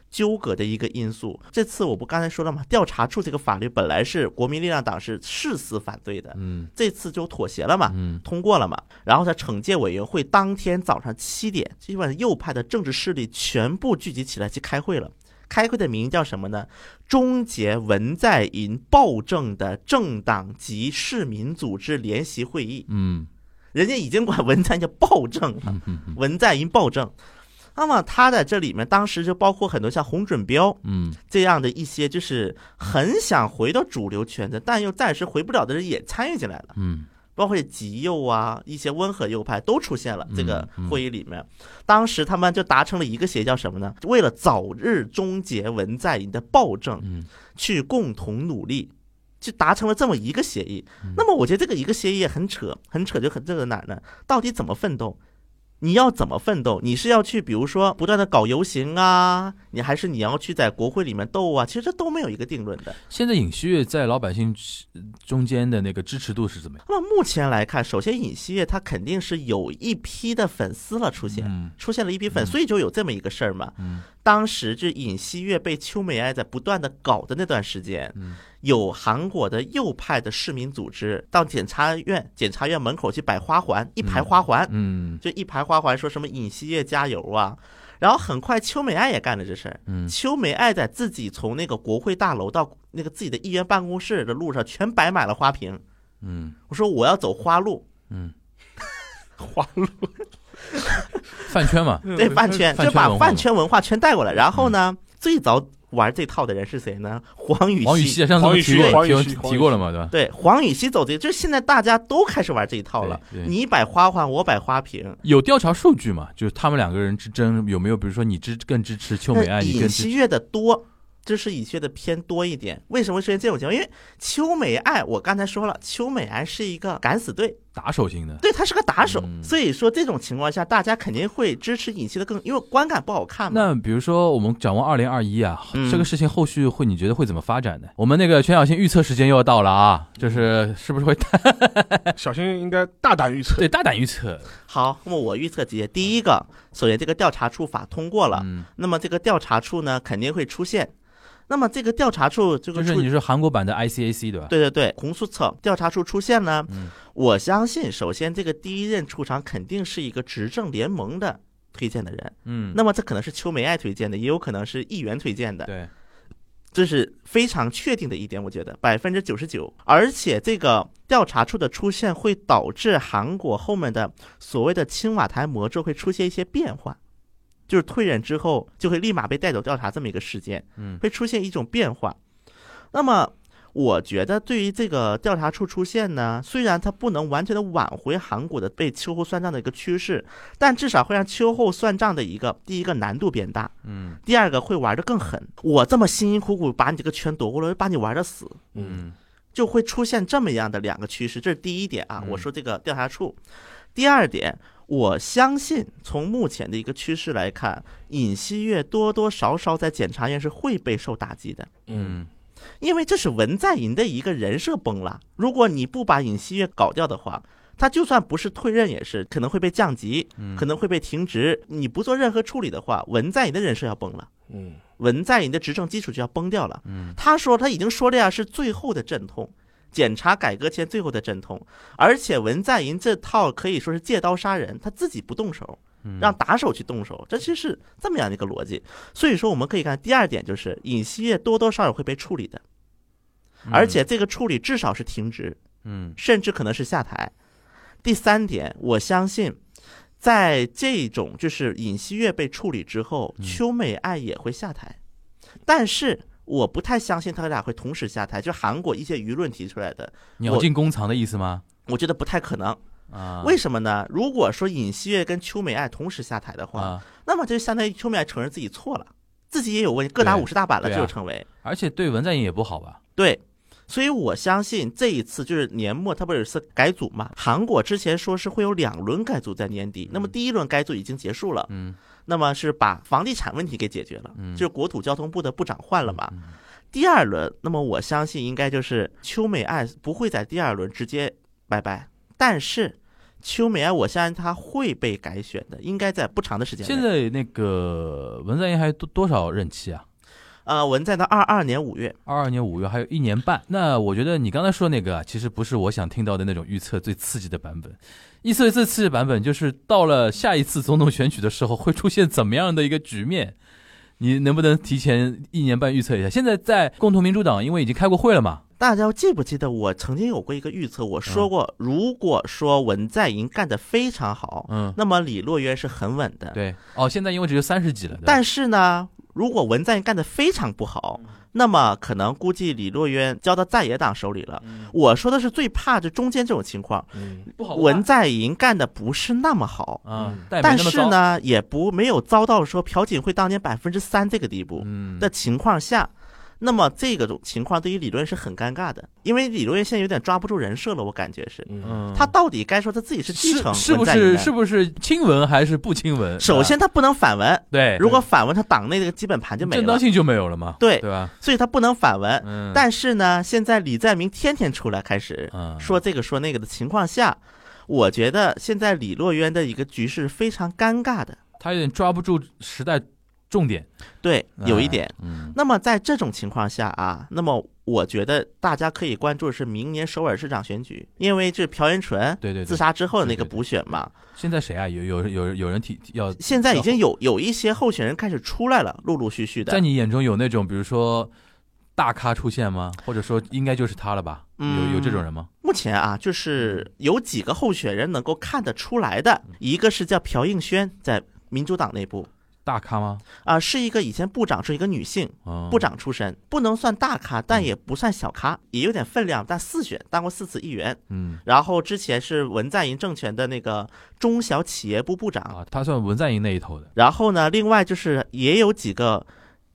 Speaker 3: 纠葛的一个因素，这次我不刚才说了吗？调查处这个法律本来是国民力量党是誓死反对的，
Speaker 2: 嗯
Speaker 3: 这次就妥协了嘛，
Speaker 2: 嗯
Speaker 3: 通过了嘛，然后在惩戒委员会当天早上七点，基本上右派的政治势力全部聚集起来去开会了。开会的名义叫什么呢？终结文在寅暴政的政党及市民组织联席会议。
Speaker 2: 嗯
Speaker 3: 人家已经管文在寅叫暴政了，
Speaker 2: 嗯嗯嗯
Speaker 3: 文在寅暴政。那么他在这里面，当时就包括很多像洪准标，
Speaker 2: 嗯，
Speaker 3: 这样的一些就是很想回到主流圈子，但又暂时回不了的人也参与进来了。
Speaker 2: 嗯
Speaker 3: 包括极右啊，一些温和右派都出现了
Speaker 2: 嗯
Speaker 3: 这个会议里面。当时他们就达成了一个协议，叫什么呢？为了早日终结文在寅的暴政，
Speaker 2: 嗯
Speaker 3: 去共同努力，就达成了这么一个协议。
Speaker 2: 嗯
Speaker 3: 那么我觉得这个一个协议也很扯，很扯就很这个哪儿呢？到底怎么奋斗？你要怎么奋斗？你是要去，比如说不断的搞游行啊，你还是你要去在国会里面斗啊？其实这都没有一个定论的。
Speaker 2: 现在尹锡悦在老百姓中间的那个支持度是怎么样？
Speaker 3: 那么目前来看，首先尹锡悦他肯定是有一批的粉丝了出现，
Speaker 2: 嗯
Speaker 3: 出现了一批粉，所以就有这么一个事儿嘛。
Speaker 2: 嗯
Speaker 3: 当时就尹锡悦被秋美爱在不断的搞的那段时间，
Speaker 2: 嗯
Speaker 3: 有韩国的右派的市民组织到检察院检察院门口去摆花环，一排花环，
Speaker 2: 嗯
Speaker 3: 就一排花环，说什么尹锡悦加油啊。然后很快秋美爱也干了这事儿，
Speaker 2: 嗯
Speaker 3: 秋美爱在自己从那个国会大楼到那个自己的议员办公室的路上，全摆满了花瓶。
Speaker 2: 嗯
Speaker 3: 我说我要走花路，
Speaker 2: 嗯，
Speaker 1: 花路
Speaker 2: 饭圈嘛，
Speaker 3: 对
Speaker 1: 嗯
Speaker 2: <laughs>
Speaker 3: 饭圈，
Speaker 2: 饭
Speaker 3: 就
Speaker 2: 圈
Speaker 3: 把
Speaker 2: 文化
Speaker 3: 饭
Speaker 2: 嘛嗯
Speaker 3: 圈文化全带过来。然后呢，最早玩这套的人是谁呢？黄禹
Speaker 2: 王禹
Speaker 3: 锡。
Speaker 2: 锡啊上次我们提过
Speaker 1: 黄禹锡黄
Speaker 2: 提过
Speaker 1: 禹锡
Speaker 2: 提过了嘛，对吧？
Speaker 3: 对，黄禹锡走的，就现在大家都开始玩这一套了。
Speaker 2: 对对
Speaker 3: 你摆花环，我摆花瓶。
Speaker 2: 有调查数据嘛？就是他们两个人之争有没有，比如说你支更支持秋美爱，
Speaker 3: 那
Speaker 2: 你更
Speaker 3: 尹
Speaker 2: 支
Speaker 3: 锡
Speaker 2: 持
Speaker 3: 悦的多，支持尹锡悦的偏多一点。为什么会出现这种情况？因为秋美爱，我刚才说了，秋美爱是一个敢死队，
Speaker 2: 打手型的？
Speaker 3: 对，他是个打手，
Speaker 2: 嗯
Speaker 3: 所以说这种情况下，大家肯定会支持尹锡的更，因为观感不好看嘛。
Speaker 2: 那比如说，我们展望二零二一啊，
Speaker 3: 嗯
Speaker 2: 这个事情后续会你觉得会怎么发展呢？我们那个全小新预测时间又要到了啊，就是是不是会大
Speaker 1: <laughs> 小新应该大胆预测
Speaker 2: 对大胆预测？
Speaker 3: 好，那么我预测几点：第一个，首先这个调查处法通过了，
Speaker 2: 嗯
Speaker 3: 那么这个调查处呢，肯定会出现。那么这个调查处
Speaker 2: 就
Speaker 3: 这个
Speaker 2: 是
Speaker 3: 处
Speaker 2: 你是韩国版的 ICAC 对吧？
Speaker 3: 对对对，红树草调查处出现呢，
Speaker 2: 嗯
Speaker 3: 我相信首先这个第一任处长肯定是一个执政联盟的推荐的人，
Speaker 2: 嗯，
Speaker 3: 那么这可能是邱梅爱推荐的，也有可能是议员推荐的，
Speaker 2: 对，嗯
Speaker 3: 这是非常确定的一点，我觉得百分之九十九。而且这个调查处的出现会导致韩国后面的所谓的青瓦台魔咒会出现一些变化，就是退任之后就会立马被带走调查这么一个事件，
Speaker 2: 嗯
Speaker 3: 会出现一种变化。那么。我觉得对于这个调查处出现呢，虽然它不能完全的挽回韩国的被秋后算账的一个趋势，但至少会让秋后算账的一个第一个难度变大，
Speaker 2: 嗯
Speaker 3: 第二个会玩的更狠。我这么辛辛苦苦把你这个圈夺过来，把你玩的死，
Speaker 1: 嗯，
Speaker 2: 嗯
Speaker 3: 就会出现这么样的两个趋势。这是第一点啊，
Speaker 2: 嗯
Speaker 3: 我说这个调查处。第二点，我相信从目前的一个趋势来看，尹锡悦多多少少在检察院是会被受打击的。
Speaker 1: 嗯
Speaker 2: 嗯
Speaker 3: 因为这是文在寅的一个人设崩了。如果你不把尹锡悦搞掉的话，他就算不是退任，也是可能会被降级，可能会被停职。你不做任何处理的话，文在寅的人设要崩了。
Speaker 1: 嗯
Speaker 3: 文在寅的执政基础就要崩掉了。他说他已经说这样是最后的阵痛，检察改革前最后的阵痛。而且文在寅这套可以说是借刀杀人，他自己不动手，让打手去动手，这其实是这么样的一个逻辑。所以说，我们可以看第二点就是尹锡悦多多少少会被处理的，而且这个处理至少是停职，
Speaker 2: 嗯
Speaker 3: 甚至可能是下台。第三点，我相信，在这种就是尹锡悦被处理之后，
Speaker 2: 嗯
Speaker 3: 邱美爱也会下台，但是我不太相信他俩会同时下台，就韩国一些舆论提出来的，
Speaker 2: 鸟尽弓藏的意思吗？
Speaker 3: 我觉得不太可能。
Speaker 2: 啊，
Speaker 3: 为什么呢？如果说尹锡悦跟邱美爱同时下台的话，
Speaker 2: 啊，
Speaker 3: 那么就相当于邱美爱承认自己错了，自己也有问题，各打
Speaker 2: 对
Speaker 3: 五十大板了，
Speaker 2: 对
Speaker 3: 这
Speaker 2: 啊
Speaker 3: 就成为。
Speaker 2: 而且对文在寅也不好吧？
Speaker 3: 对，所以我相信这一次就是年末，它不是有一次改组嘛？韩国之前说是会有两轮改组在年底，那么第一轮改组已经结束了，
Speaker 2: 嗯
Speaker 3: 那么是把房地产问题给解决了，
Speaker 2: 嗯
Speaker 3: 就是国土交通部的部长换了嘛。第二轮，那么我相信应该就是邱美爱不会在第二轮直接拜拜，但是邱美爱我相信她会被改选的，应该在不长的时间内。
Speaker 2: 现在那个文在寅还多多少任期啊？
Speaker 3: 呃，文在到二二年五月，
Speaker 2: 二二年五月还有一年半。那我觉得你刚才说那个啊，其实不是我想听到的那种预测最刺激的版本。预测最刺激的版本就是到了下一次总统选举的时候会出现怎么样的一个局面？你能不能提前一年半预测一下？现在在共同民主党，因为已经开过会了嘛，
Speaker 3: 大家记不记得我曾经有过一个预测？
Speaker 2: 嗯
Speaker 3: 我说过，如果说文在寅干得非常好，
Speaker 2: 嗯，
Speaker 3: 那么李洛渊是很稳的。，
Speaker 2: 对，哦，现在因为只有三十几了，对吧
Speaker 3: 但是呢，如果文在寅干得非常不好，
Speaker 2: 嗯
Speaker 3: 那么可能估计李洛渊交到在野党手里了。我说的是最怕这中间这种情况，
Speaker 1: 嗯
Speaker 2: 嗯不好办
Speaker 3: 文在寅干的不是那么好，
Speaker 2: 啊
Speaker 1: 嗯，
Speaker 2: 但也没
Speaker 3: 但
Speaker 2: 那么
Speaker 3: 是
Speaker 2: 糟，
Speaker 3: 呢，也不没有遭到说朴槿惠当年百分之三这个地步。
Speaker 2: 嗯，
Speaker 3: 的情况下，那么这个种情况对于理论是很尴尬的，因为理论现在有点抓不住人设了，我感觉是，
Speaker 1: 嗯
Speaker 2: 嗯，
Speaker 3: 他到底该说他自己是继
Speaker 2: 是
Speaker 3: 承
Speaker 2: 是不
Speaker 3: 文在寅
Speaker 2: 是
Speaker 3: 的
Speaker 2: 是不是亲文还是不亲文？
Speaker 3: 首先他不能反文，
Speaker 2: 对，
Speaker 3: 如果反文，他党内这个基本盘就没
Speaker 2: 正当
Speaker 3: 了，
Speaker 2: 性就没有了嘛，
Speaker 3: 对
Speaker 2: 对吧？
Speaker 3: 所以他不能反文。
Speaker 2: 嗯，
Speaker 3: 但是呢，现在李在明天天出来开始
Speaker 2: 嗯
Speaker 3: 说这个说那个的情况下，我觉得现在李洛渊的一个局势非常尴尬的，
Speaker 2: 他有点抓不住时代重点，
Speaker 3: 对，有一
Speaker 2: 哎
Speaker 3: 点。，
Speaker 2: 嗯
Speaker 3: 那么在这种情况下啊，那么我觉得大家可以关注的是明年首尔市长选举，因为这朴元淳
Speaker 2: 对对对
Speaker 3: 自杀之后的那
Speaker 2: 对
Speaker 3: 个
Speaker 2: 对对
Speaker 3: 补选嘛，
Speaker 2: 现在谁啊？有有有有人提提要
Speaker 3: 现在已经有有一些候选人开始出来了，陆陆续续
Speaker 2: 在
Speaker 3: 的。
Speaker 2: 你眼中有那种比如说大咖出现吗？或者说应该就是他了吧？
Speaker 3: 嗯
Speaker 2: 有有这种人吗？
Speaker 3: 目前啊，就是有几个候选人能够看得出来的，
Speaker 2: 嗯
Speaker 3: 一个是叫朴应轩，在民主党内部
Speaker 2: 大咖吗？
Speaker 3: 啊、是一个以前部长，是一个女性
Speaker 2: 嗯，
Speaker 3: 部，长出身，不能算大咖，但也不算小咖，也有点分量，但四选当过四次议员。
Speaker 2: 嗯
Speaker 3: 然后之前是文在寅政权的那个中小企业部部长。
Speaker 2: 啊，他算文在寅那一头的，
Speaker 3: 然后呢，另外就是也有几个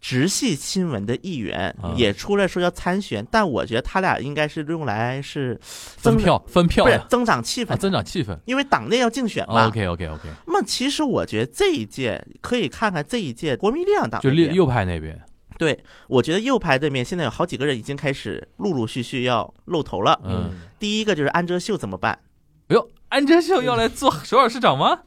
Speaker 3: 直系亲文的议员
Speaker 2: 啊
Speaker 3: 也出来说要参选，但我觉得他俩应该是用来是
Speaker 2: 分
Speaker 3: 增
Speaker 2: 票分票
Speaker 3: 不是
Speaker 2: 的
Speaker 3: 增长气
Speaker 2: 啊，
Speaker 3: 氛，啊
Speaker 2: 增长气氛。
Speaker 3: 因为党内要竞选嘛。
Speaker 2: OK OK OK，
Speaker 3: 那么其实我觉得这一届可以看看这一届国民力量党
Speaker 2: 就
Speaker 3: 那
Speaker 2: 右
Speaker 3: 边
Speaker 2: 右派那边，
Speaker 3: 对，我觉得右派这面现在有好几个人已经开始陆陆续续要露头了。
Speaker 2: 嗯，
Speaker 3: 第一个就是安哲秀怎么办？
Speaker 2: 哎呦，安哲秀要来做首尔市长吗？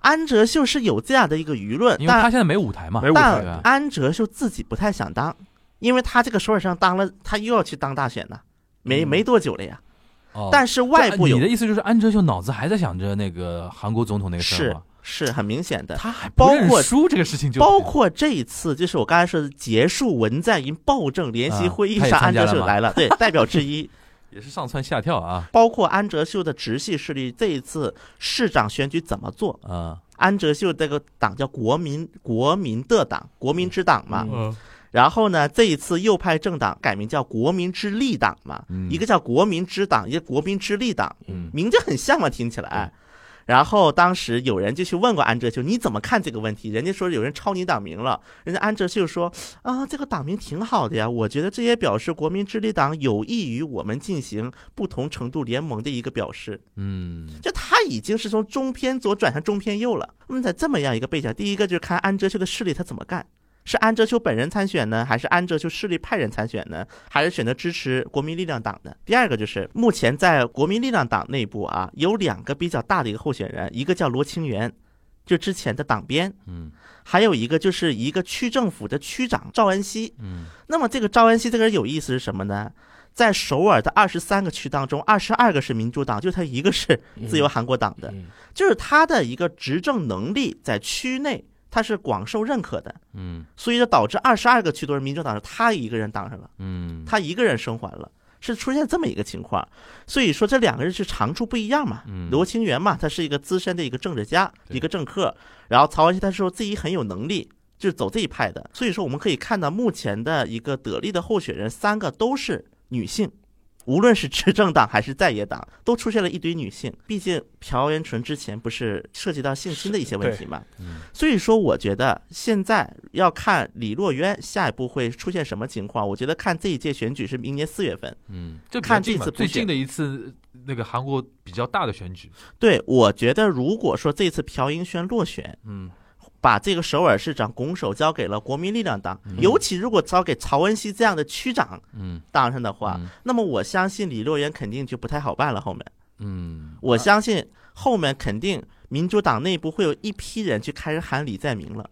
Speaker 3: 安哲秀是有这样的一个舆论，
Speaker 2: 因为
Speaker 3: 但
Speaker 2: 他现在没舞台嘛，
Speaker 1: 没舞
Speaker 2: 对
Speaker 1: 台
Speaker 2: 吧
Speaker 3: 但安哲秀自己不太想当，因为他这个首尔上当了，他又要去当大选呢，没
Speaker 1: 嗯
Speaker 3: 没多久了呀。
Speaker 2: 哦，
Speaker 3: 但是外部
Speaker 2: 这
Speaker 3: 有
Speaker 2: 你的意思就是安哲秀脑子还在想着那个韩国总统那个事儿
Speaker 3: 是
Speaker 2: 吗？
Speaker 3: 是很明显的，
Speaker 2: 他还不
Speaker 3: 包
Speaker 2: 认
Speaker 3: 括
Speaker 2: 输这个事情就
Speaker 3: 包括这一次，就是我刚才说的结束文在寅暴政联席会议
Speaker 2: 啊他也
Speaker 3: 上，安
Speaker 2: 参加
Speaker 3: 哲
Speaker 2: 了
Speaker 3: 秀
Speaker 2: 吗
Speaker 3: 来了，对，代
Speaker 2: <laughs>
Speaker 3: 表之一。
Speaker 2: 也是上蹿下跳啊，
Speaker 3: 包括安哲秀的直系势力，这一次市长选举怎么做？
Speaker 2: 嗯
Speaker 3: 安哲秀这个党叫国民国民的党，国民之党嘛。
Speaker 1: 嗯
Speaker 3: 然后呢，这一次右派政党改名叫国民之力党嘛，
Speaker 2: 嗯
Speaker 3: 一个叫国民之党，一个国民之力党，
Speaker 2: 嗯
Speaker 3: 名字很像嘛，听起来。然后当时有人就去问过安哲秀，你怎么看这个问题？人家说有人抄你党名了，人家安哲秀说啊，这个党名挺好的呀，我觉得这也表示国民之力党有益于我们进行不同程度联盟的一个表示。
Speaker 2: 嗯
Speaker 3: 就他已经是从中偏左转向中偏右了。那么在这么样一个背景，第一个就是看安哲秀的势力他怎么干，是安哲秀本人参选呢，还是安哲秀势力派人参选呢，还是选择支持国民力量党呢？第二个就是目前在国民力量党内部啊，有两个比较大的一个候选人，一个叫罗清源，就之前的党鞭，
Speaker 2: 嗯
Speaker 3: 还有一个就是一个区政府的区长赵恩熙。
Speaker 2: 嗯
Speaker 3: 那么这个赵恩熙这个人有意思是什么呢？在首尔的二十三个区当中，二十二个是民主党，就他一个是自由韩国党的，
Speaker 1: 嗯
Speaker 3: 就是他的一个执政能力在区内他是广受认可的，
Speaker 2: 嗯
Speaker 3: 所以就导致二十二个区都是民主党是他一个人当上了，
Speaker 2: 嗯，
Speaker 3: 他一个人生还了，是出现这么一个情况。所以说这两个人是长处不一样嘛。
Speaker 2: 嗯
Speaker 3: 罗清源嘛，他是一个资深的一个政治家，
Speaker 2: 对
Speaker 3: 一个政客，然后曹文熙他说自己很有能力。就是走这一派的，所以说我们可以看到目前的一个得力的候选人，三个都是女性，无论是执政党还是在野党，都出现了一堆女性。毕竟朴元淳之前不是涉及到性侵的一些问题嘛，
Speaker 2: 嗯
Speaker 3: 所以说我觉得现在要看李洛渊下一步会出现什么情况。我觉得看这一届选举是明年四月份，
Speaker 2: 嗯，这比较
Speaker 3: 看
Speaker 2: 近
Speaker 3: 这
Speaker 2: 嘛
Speaker 3: 次
Speaker 4: 最
Speaker 3: 补选
Speaker 4: 近的一次那个韩国比较大的选举，
Speaker 3: 对我觉得如果说这次朴英轩落选，
Speaker 2: 嗯
Speaker 3: 把这个首尔市长拱手交给了国民力量党，
Speaker 2: 嗯
Speaker 3: 尤其如果交给曹恩熙这样的区长
Speaker 2: 嗯
Speaker 3: 当上的话，
Speaker 2: 嗯
Speaker 3: 那么我相信李洛渊肯定就不太好办了。后面
Speaker 2: 嗯，
Speaker 3: 我相信后面肯定民主党内部会有一批人去开始喊李在明了，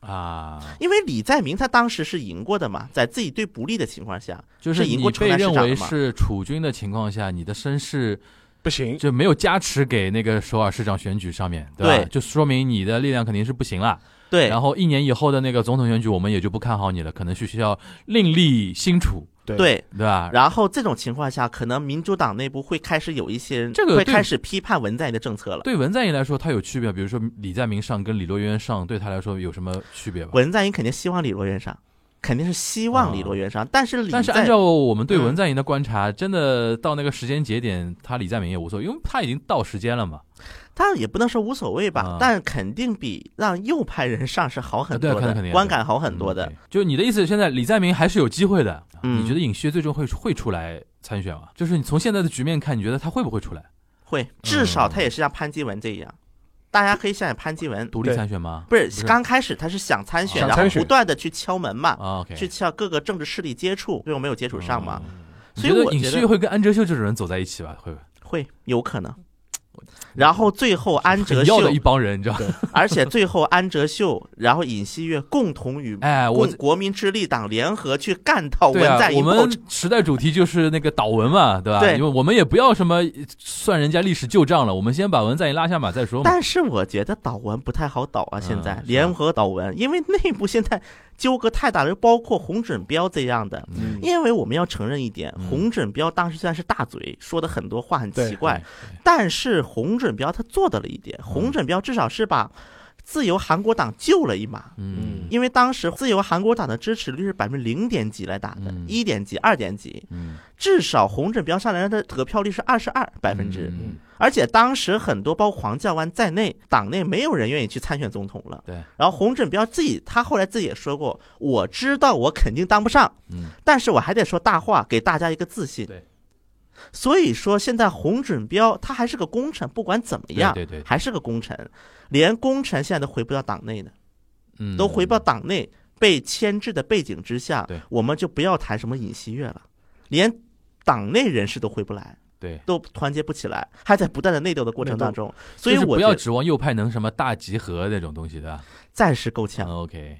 Speaker 2: 啊，
Speaker 3: 因为李在明他当时是赢过的嘛，在自己对不利的情况下，
Speaker 2: 就是
Speaker 3: 是赢
Speaker 2: 你
Speaker 3: 过城
Speaker 2: 被
Speaker 3: 南市
Speaker 2: 认
Speaker 3: 长
Speaker 2: 为
Speaker 3: 的嘛
Speaker 2: 是储君的情况下，你的身世
Speaker 1: 不行，
Speaker 2: 就没有加持给那个首尔市长选举上面，对吧？
Speaker 3: 对
Speaker 2: 就说明你的力量肯定是不行了。
Speaker 3: 对，
Speaker 2: 然后一年以后的那个总统选举，我们也就不看好你了，可能是需要另立新主，
Speaker 1: 对
Speaker 3: 对，
Speaker 2: 对吧？
Speaker 3: 然后这种情况下，可能民主党内部会开始有一些人
Speaker 2: 这个
Speaker 3: 会
Speaker 2: 对
Speaker 3: 开始批判文在寅的政策了。
Speaker 2: 对文在寅来说，他有区别，比如说李在明上跟李洛渊上，对他来说有什么区别吧？
Speaker 3: 文在寅肯定希望李洛渊上，肯定是希望李洛渊上，但是李
Speaker 2: 啊但是
Speaker 3: 在
Speaker 2: 按照我们对
Speaker 3: 嗯
Speaker 2: 文在寅的观察，真的到那个时间节点，他李在明也无所谓，因为他已经到时间了嘛。
Speaker 3: 他也不能说无所谓吧，
Speaker 2: 啊
Speaker 3: 但肯定比让右派人上是好很
Speaker 2: 对
Speaker 3: 多
Speaker 2: 肯
Speaker 3: 的，
Speaker 2: 定肯定嗯
Speaker 3: 观感好很多的。
Speaker 2: 对就你的意思，现在李在明还是有机会的。
Speaker 3: 嗯
Speaker 2: 你觉得尹锡悦最终会会出来参选吗？就是你从现在的局面看，你觉得他会不会出来
Speaker 3: 会，至
Speaker 2: 嗯
Speaker 3: 少他也是像潘基文这样，大家可以想想潘基文，
Speaker 2: 独立参选吗？
Speaker 3: 不是
Speaker 2: 嗯是
Speaker 3: 刚开始他是想参选，
Speaker 1: 想
Speaker 3: 然后
Speaker 1: 参选
Speaker 3: 不断的去敲门嘛，
Speaker 2: 啊，OK，
Speaker 3: 去向各个政治势力接触，最后没有接触上嘛，
Speaker 2: 哦嗯你
Speaker 3: 所以
Speaker 2: 觉
Speaker 3: 我
Speaker 2: 得尹
Speaker 3: 觉
Speaker 2: 锡
Speaker 3: 得
Speaker 2: 悦会跟安哲秀这种人走在一起吧？会不会？
Speaker 3: 会有可能。然后最后安哲
Speaker 2: 很要
Speaker 3: 秀
Speaker 2: 的一 <laughs> 帮人，你知道？
Speaker 3: 而且最后安哲秀，然后尹锡悦共同与
Speaker 2: 哎，我
Speaker 3: 共国民之力党联合去干倒文
Speaker 2: 对啊
Speaker 3: 在，
Speaker 2: 我
Speaker 3: 寅暴
Speaker 2: 们
Speaker 3: 政。
Speaker 2: 时代主题就是那个倒文嘛，对吧？
Speaker 3: 对
Speaker 2: 因为我们也不要什么算人家历史旧账了，我们先把文在寅拉下马再说嘛。
Speaker 3: 但是我觉得倒文不太好倒啊，现在
Speaker 2: 嗯是
Speaker 3: 联合倒文，因为内部现在纠葛太大了，包括洪准标这样的。
Speaker 1: 嗯
Speaker 3: 因为我们要承认一点
Speaker 2: 嗯，
Speaker 3: 洪准标当时虽然是大嘴，说的很多话很
Speaker 1: 对
Speaker 3: 奇怪，但是洪准标他做到了一点，
Speaker 2: 嗯
Speaker 3: 洪准标至少是把自由韩国党救了一马。
Speaker 2: 嗯
Speaker 3: 因为当时自由韩国党的支持率是百分之零点几来打的
Speaker 2: 嗯，
Speaker 3: 一、点几、二点几，
Speaker 2: 嗯，
Speaker 3: 至少洪准标上来的得票率是二十二百分之，
Speaker 2: 嗯
Speaker 3: 而且当时很多包括黄教官在内，党内没有人愿意去参选总统了。
Speaker 2: 对，
Speaker 3: 然后洪准标自己，他后来自己也说过，我知道我肯定当不上，
Speaker 2: 嗯
Speaker 3: 但是我还得说大话，给大家一个自信。
Speaker 2: 对，
Speaker 3: 所以说现在洪准标他还是个功臣，不管怎么样，
Speaker 2: 对对对
Speaker 3: 还是个功臣，连功臣现在都回不到党内呢。
Speaker 2: 嗯，
Speaker 3: 都回到党内被牵制的背景之下
Speaker 2: 对，
Speaker 3: 我们就不要谈什么尹锡悦了，连党内人士都回不来，
Speaker 2: 对。
Speaker 3: 都团结不起来，还在不断的内斗的过程当中，所以
Speaker 2: 就是
Speaker 3: 我
Speaker 2: 不
Speaker 3: 觉
Speaker 2: 要
Speaker 3: 得
Speaker 2: 指望右派能什么大集合那种东西，对吧
Speaker 3: 暂时够呛。
Speaker 2: ？OK，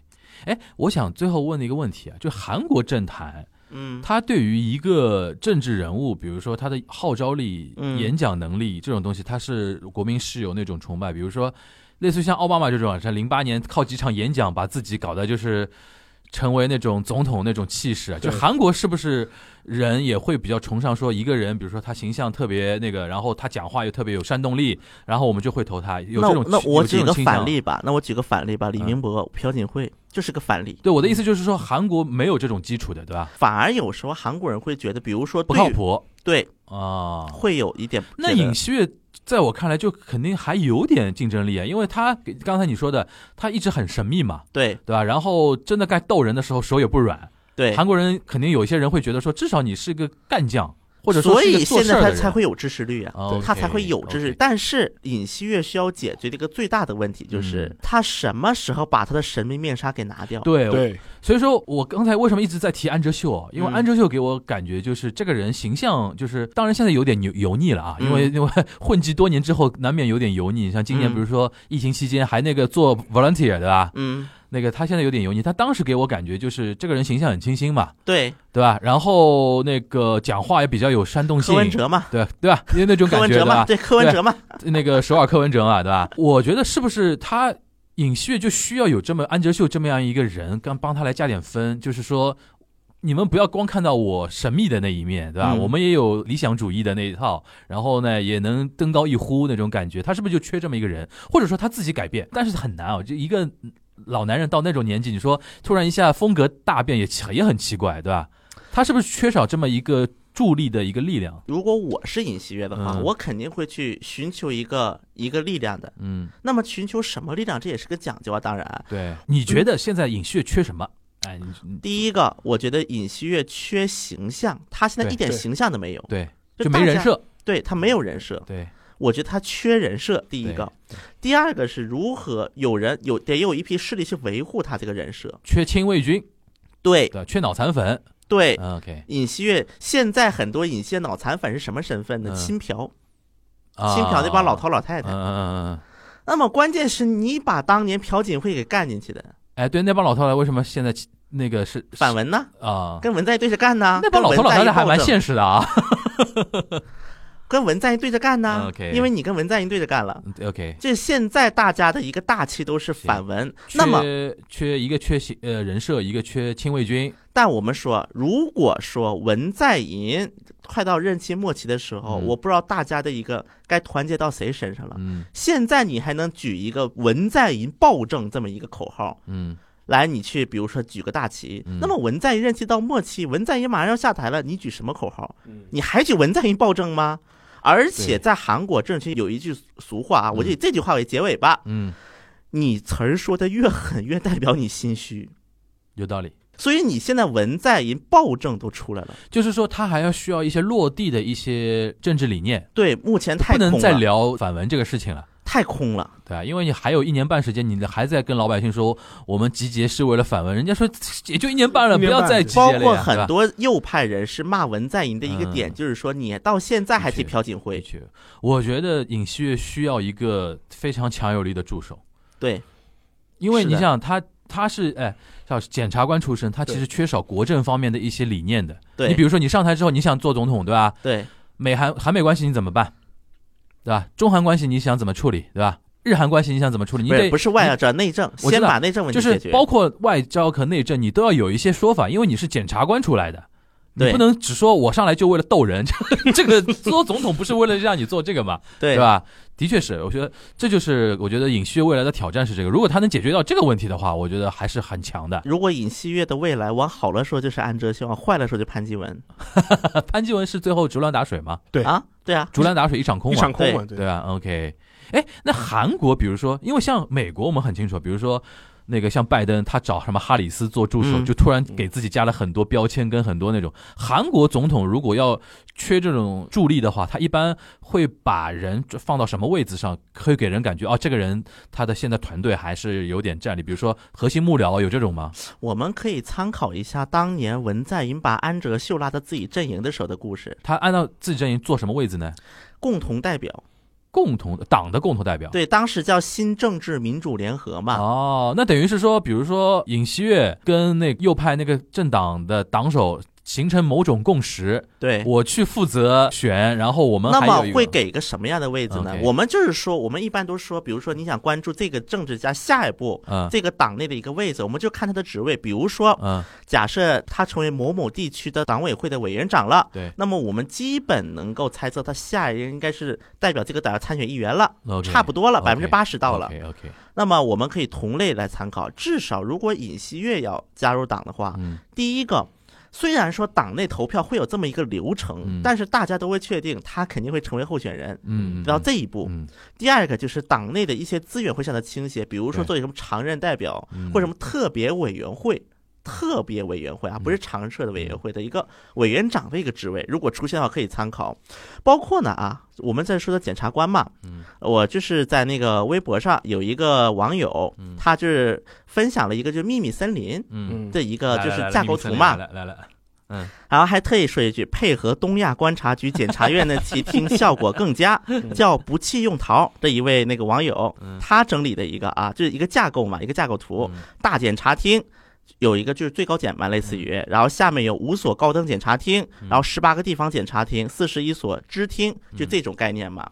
Speaker 2: 哎，我想最后问的一个问题啊，就韩国政坛，
Speaker 3: 嗯，
Speaker 2: 它对于一个政治人物，比如说他的号召力、
Speaker 3: 嗯
Speaker 2: 演讲能力这种东西，它是国民是有那种崇拜，比如说类似于像奥巴马这种，像零八年靠几场演讲把自己搞得就是。成为那种总统那种气势啊，就
Speaker 1: 对
Speaker 2: 韩国是不是人也会比较崇尚说一个人，比如说他形象特别那个，然后他讲话又特别有煽动力，然后我们就会投他。有
Speaker 3: 那
Speaker 2: 这种
Speaker 3: 那
Speaker 2: 倾有
Speaker 3: 我
Speaker 2: 这
Speaker 3: 举
Speaker 2: 种
Speaker 3: 个
Speaker 2: 倾
Speaker 3: 反
Speaker 2: 向
Speaker 3: 例吧，那我举个反例吧，李
Speaker 2: 嗯
Speaker 3: 明博、朴槿惠就是个反例，
Speaker 2: 对，我的意思就是说，韩国没有这种基础的，对吧？
Speaker 3: 反而有时候韩国人会觉得，比如说
Speaker 2: 不
Speaker 3: 对
Speaker 2: 靠
Speaker 3: 于，
Speaker 2: 谱
Speaker 3: 对，
Speaker 2: 啊。
Speaker 3: 会有一点觉得。
Speaker 2: 那尹锡悦在我看来，就肯定还有点竞争力啊，因为他刚才你说的，他一直很神秘嘛，
Speaker 3: 对
Speaker 2: 对吧？然后真的该斗人的时候，手也不软。
Speaker 3: 对，
Speaker 2: 韩国人肯定有一些人会觉得说，至少你是个干将，或者说
Speaker 3: 所
Speaker 2: 是一个
Speaker 3: 以
Speaker 2: 做
Speaker 3: 现
Speaker 2: 事
Speaker 3: 在
Speaker 2: 儿
Speaker 3: 他
Speaker 2: 的
Speaker 3: 才
Speaker 2: 人。哦
Speaker 3: 会有支持率啊，
Speaker 2: OK，
Speaker 3: 他才会有支持率。
Speaker 2: OK
Speaker 3: 但是尹锡悦需要解决的一个最大的问题就是
Speaker 2: 嗯，
Speaker 3: 他什么时候把他的神秘面纱给拿掉？
Speaker 2: 对，
Speaker 1: 对，
Speaker 2: 所以说我刚才为什么一直在提安哲秀，啊因为
Speaker 3: 嗯
Speaker 2: 安哲秀给我感觉就是这个人形象，就是当然现在有点油油腻了啊，
Speaker 3: 嗯
Speaker 2: 因为因为混迹多年之后难免有点油腻。像今年
Speaker 3: 嗯
Speaker 2: 比如说疫情期间还那个做 volunteer 啊对吧？
Speaker 3: 嗯，
Speaker 2: 那个他现在有点油腻，他当时给我感觉就是这个人形象很清新嘛，
Speaker 3: 对，
Speaker 2: 对吧？然后那个讲话也比较有煽动
Speaker 3: 柯
Speaker 2: 性，
Speaker 3: 文哲嘛，
Speaker 2: 对对吧？因为那种
Speaker 3: 柯
Speaker 2: 感
Speaker 3: 文
Speaker 2: 觉
Speaker 3: 哲
Speaker 2: 对
Speaker 3: 嘛，
Speaker 2: 吧？
Speaker 3: 对，柯文哲嘛，
Speaker 2: 那个首尔柯文哲嘛，啊对吧？我觉得是不是他尹锡悦就需要有这么安哲秀这么样一个人，刚帮他来加点分，就是说。你们不要光看到我神秘的那一面，对吧？
Speaker 3: 嗯
Speaker 2: 我们也有理想主义的那一套，然后呢，也能登高一呼那种感觉。他是不是就缺这么一个人，或者说他自己改变？但是很难啊，就一个老男人到那种年纪，你说突然一下风格大变也奇也很奇怪，对吧？他是不是缺少这么一个助力的一个力量？
Speaker 3: 如果我是尹锡悦的话，
Speaker 2: 嗯
Speaker 3: 我肯定会去寻求一个一个力量的。
Speaker 2: 嗯，
Speaker 3: 那么寻求什么力量，这也是个讲究啊。当然，
Speaker 2: 对，你觉得现在尹旭缺什么？哎，你你
Speaker 3: 第一个，我觉得尹锡悦缺形象，他现在
Speaker 2: 对
Speaker 3: 一点
Speaker 1: 对
Speaker 3: 形象都没有，
Speaker 2: 对，
Speaker 3: 就
Speaker 2: 就没
Speaker 3: 大
Speaker 2: 人
Speaker 3: 家，
Speaker 2: 设，
Speaker 3: 对他没有人设。
Speaker 2: 对，
Speaker 3: 我觉得他缺人设，第一个，第二个是如何有人有得有一批势力去维护他这个人设。
Speaker 2: 缺亲卫军，
Speaker 3: 对
Speaker 2: 对，缺脑残粉。
Speaker 3: 对，
Speaker 2: 嗯 OK，
Speaker 3: 尹锡悦现在很多尹锡悦脑残粉是什么身份呢？
Speaker 2: 嗯
Speaker 3: 亲朴，
Speaker 2: 啊
Speaker 3: 亲朴那帮老，头老太
Speaker 2: 嗯
Speaker 3: 太。
Speaker 2: 嗯嗯嗯，
Speaker 3: 那么关键是你把当年朴槿惠给干进去的，
Speaker 2: 哎，对，那帮老头来为什么现在那个是
Speaker 3: 反文呢？
Speaker 2: 啊？
Speaker 3: 跟文在寅对着干呢？
Speaker 2: 那帮老头老太太还蛮
Speaker 3: 现，
Speaker 2: 现实的啊。
Speaker 3: 跟文在寅对着干呢
Speaker 2: OK
Speaker 3: 因为你跟文在寅对着干了。
Speaker 2: 嗯 OK，
Speaker 3: 这现在大家的一个大气都是反文， <laughs> 那么
Speaker 2: 缺缺一个缺形呃人设，一个缺亲卫军，
Speaker 3: 但我们说，如果说文在寅快到任期末期的时候，
Speaker 2: 嗯
Speaker 3: 我不知道大家的一个该团结到谁身上了。
Speaker 2: 嗯
Speaker 3: 现在你还能举一个文在寅暴政这么一个口号
Speaker 2: 嗯
Speaker 3: 来，你去比如说举个大旗。
Speaker 2: 嗯
Speaker 3: 那么文在寅任期到末期，文在寅马上要下台了，你举什么口号？
Speaker 1: 嗯
Speaker 3: 你还举文在寅暴政吗？而
Speaker 2: 对
Speaker 3: 且在韩国政治圈有一句俗话啊，我就以这句话为结尾吧。
Speaker 2: 嗯，
Speaker 3: 你词儿说的越狠，越代表你心虚。
Speaker 2: 有道理。
Speaker 3: 所以你现在文在寅暴政都出来了。
Speaker 2: 就是说，他还要需要一些落地的一些政治理念，
Speaker 3: 对，目前太
Speaker 2: 不能
Speaker 3: 空
Speaker 2: 再
Speaker 3: 了，
Speaker 2: 聊反文这个事情了。
Speaker 3: 太空了。
Speaker 2: 对啊，因为你还有一年半时间，你的还在跟老百姓说我们集结是为了反文，人家说也就一年半了，
Speaker 1: 一
Speaker 2: 不
Speaker 1: 年半
Speaker 2: 要再集结了
Speaker 3: 包
Speaker 2: 呀，
Speaker 3: 括
Speaker 2: 对吧
Speaker 3: 很多右派人士骂文在寅的一个点，
Speaker 2: 嗯
Speaker 3: 就是说你到现在还
Speaker 2: 的
Speaker 3: 提
Speaker 2: 确
Speaker 3: 朴槿
Speaker 2: 的
Speaker 3: 惠，
Speaker 2: 确，我觉得尹锡悦需要一个非常强有力的助手，
Speaker 3: 对
Speaker 2: 因为
Speaker 3: 是
Speaker 2: 你
Speaker 3: 的
Speaker 2: 想想他他是哎，叫检察官出身，他其实缺少国政方面的一些理念的。你比
Speaker 3: 对
Speaker 2: 如说，你上台之后你想做总统，对吧？
Speaker 3: 对
Speaker 2: 美韩韩美关系你怎么办，对吧？中韩关系你想怎么处理，对吧？日韩关系你想怎么处理？你
Speaker 3: 不是
Speaker 2: 得
Speaker 3: 不是外政内政，
Speaker 2: 我知
Speaker 3: 先
Speaker 2: 道
Speaker 3: 把内政问
Speaker 2: 就
Speaker 3: 题
Speaker 2: 是
Speaker 3: 解决。
Speaker 2: 包括外交和内政，你都要有一些说法，因为你是检察官出来的，你
Speaker 3: 对
Speaker 2: 不能只说我上来就为了斗人， <laughs> 这这个做总统不是为了让你做这个嘛，
Speaker 3: <laughs> 对
Speaker 2: 对？吧？的确是，我觉得这就是我觉得尹旭未来的挑战是这个。如果他能解决掉这个问题的话，我觉得还是很强的。
Speaker 3: 如果尹锡悦的未来往好了说就是安哲秀，往坏了说就潘基文
Speaker 2: 呃潘基文是最后竹篮打水嘛，
Speaker 1: 对
Speaker 3: 啊，对啊，
Speaker 2: 竹篮打水一场空
Speaker 1: 一
Speaker 2: 嘛，
Speaker 1: 场空嘛，
Speaker 2: 对，啊，OK，哎，那韩国，比如说，因为像美国，我们很清楚，比如说那个像拜登，他找什么哈里斯做助手，
Speaker 3: 嗯
Speaker 2: 就突然给自己加了很多标签跟很多那种。韩国总统如果要缺这种助力的话，他一般会把人放到什么位置上，会给人感觉哦，这个人他的现在团队还是有点战力。比如说核心幕僚有这种吗？
Speaker 3: 我们可以参考一下当年文在寅把安哲秀拉到自己阵营的时候的故事，
Speaker 2: 他按照自己阵营做什么位置呢？
Speaker 3: 共同代表。
Speaker 2: 共同党的共同代表。
Speaker 3: 对，当时叫新政治民主联合嘛，
Speaker 2: 哦，那等于是说，比如说呃尹锡悦跟那右派那个政党的党首形成某种共识，
Speaker 3: 对。
Speaker 2: 我去负责选，然后我们
Speaker 3: 哎那
Speaker 2: 还
Speaker 3: 么
Speaker 2: 有一个
Speaker 3: 会给个什么样的位置呢
Speaker 2: OK？
Speaker 3: 我们就是说，我们一般都说，比如说你想关注这个政治家下一步
Speaker 2: 嗯
Speaker 3: 这个党内的一个位置，我们就看他的职位。比如说，
Speaker 2: 嗯
Speaker 3: 假设他成为某某地区的党委会的委员长了，
Speaker 2: 对
Speaker 3: 那么我们基本能够猜测他下一任应该是代表这个党要参选议员了
Speaker 2: OK，
Speaker 3: 差不多了，
Speaker 2: OK，
Speaker 3: 百分之八十到了。
Speaker 2: OK OK，
Speaker 3: 那么我们可以同类来参考，至少如果尹锡悦要加入党的话，
Speaker 2: 嗯
Speaker 3: 第一个。虽然说党内投票会有这么一个流程，
Speaker 2: 嗯
Speaker 3: 但是大家都会确定他肯定会成为候选人，
Speaker 2: 嗯，
Speaker 3: 到这一步。
Speaker 2: 嗯
Speaker 3: 第二个就是党内的一些资源会向他倾斜，比如说
Speaker 2: 对
Speaker 3: 作为什么常任代表，
Speaker 2: 嗯
Speaker 3: 或者什么特别委员会、特别委员
Speaker 2: 嗯
Speaker 3: 会啊，不是常设的委员会的一个委员长的一个职位，如果出现的话可以参考。包括呢啊，我们在说的检察官嘛，
Speaker 2: 嗯
Speaker 3: 我就是在那个微博上有一个网友，
Speaker 2: 嗯
Speaker 3: 他就是分享了一个就是秘密森林
Speaker 2: 嗯，
Speaker 3: 的一个
Speaker 4: 来
Speaker 3: 呃就
Speaker 4: 来
Speaker 3: 是
Speaker 4: 来
Speaker 3: 架
Speaker 4: 你
Speaker 3: 构
Speaker 4: 们
Speaker 3: 图
Speaker 4: 再
Speaker 3: 嘛，
Speaker 4: 来来来来，
Speaker 3: 然后还特意说一句，配合东亚观察局检察院的提听效果更佳，叫不弃用逃这一位那个网友
Speaker 4: 嗯，
Speaker 3: 他整理的一个啊，就是一个架构嘛，一个架构图，
Speaker 2: 嗯
Speaker 3: 大检察厅。有一个就是最高检嘛，类似于，然后下面有五所高等检察厅，然后十八个地方检察厅，四十一所支厅，就这种概念嘛。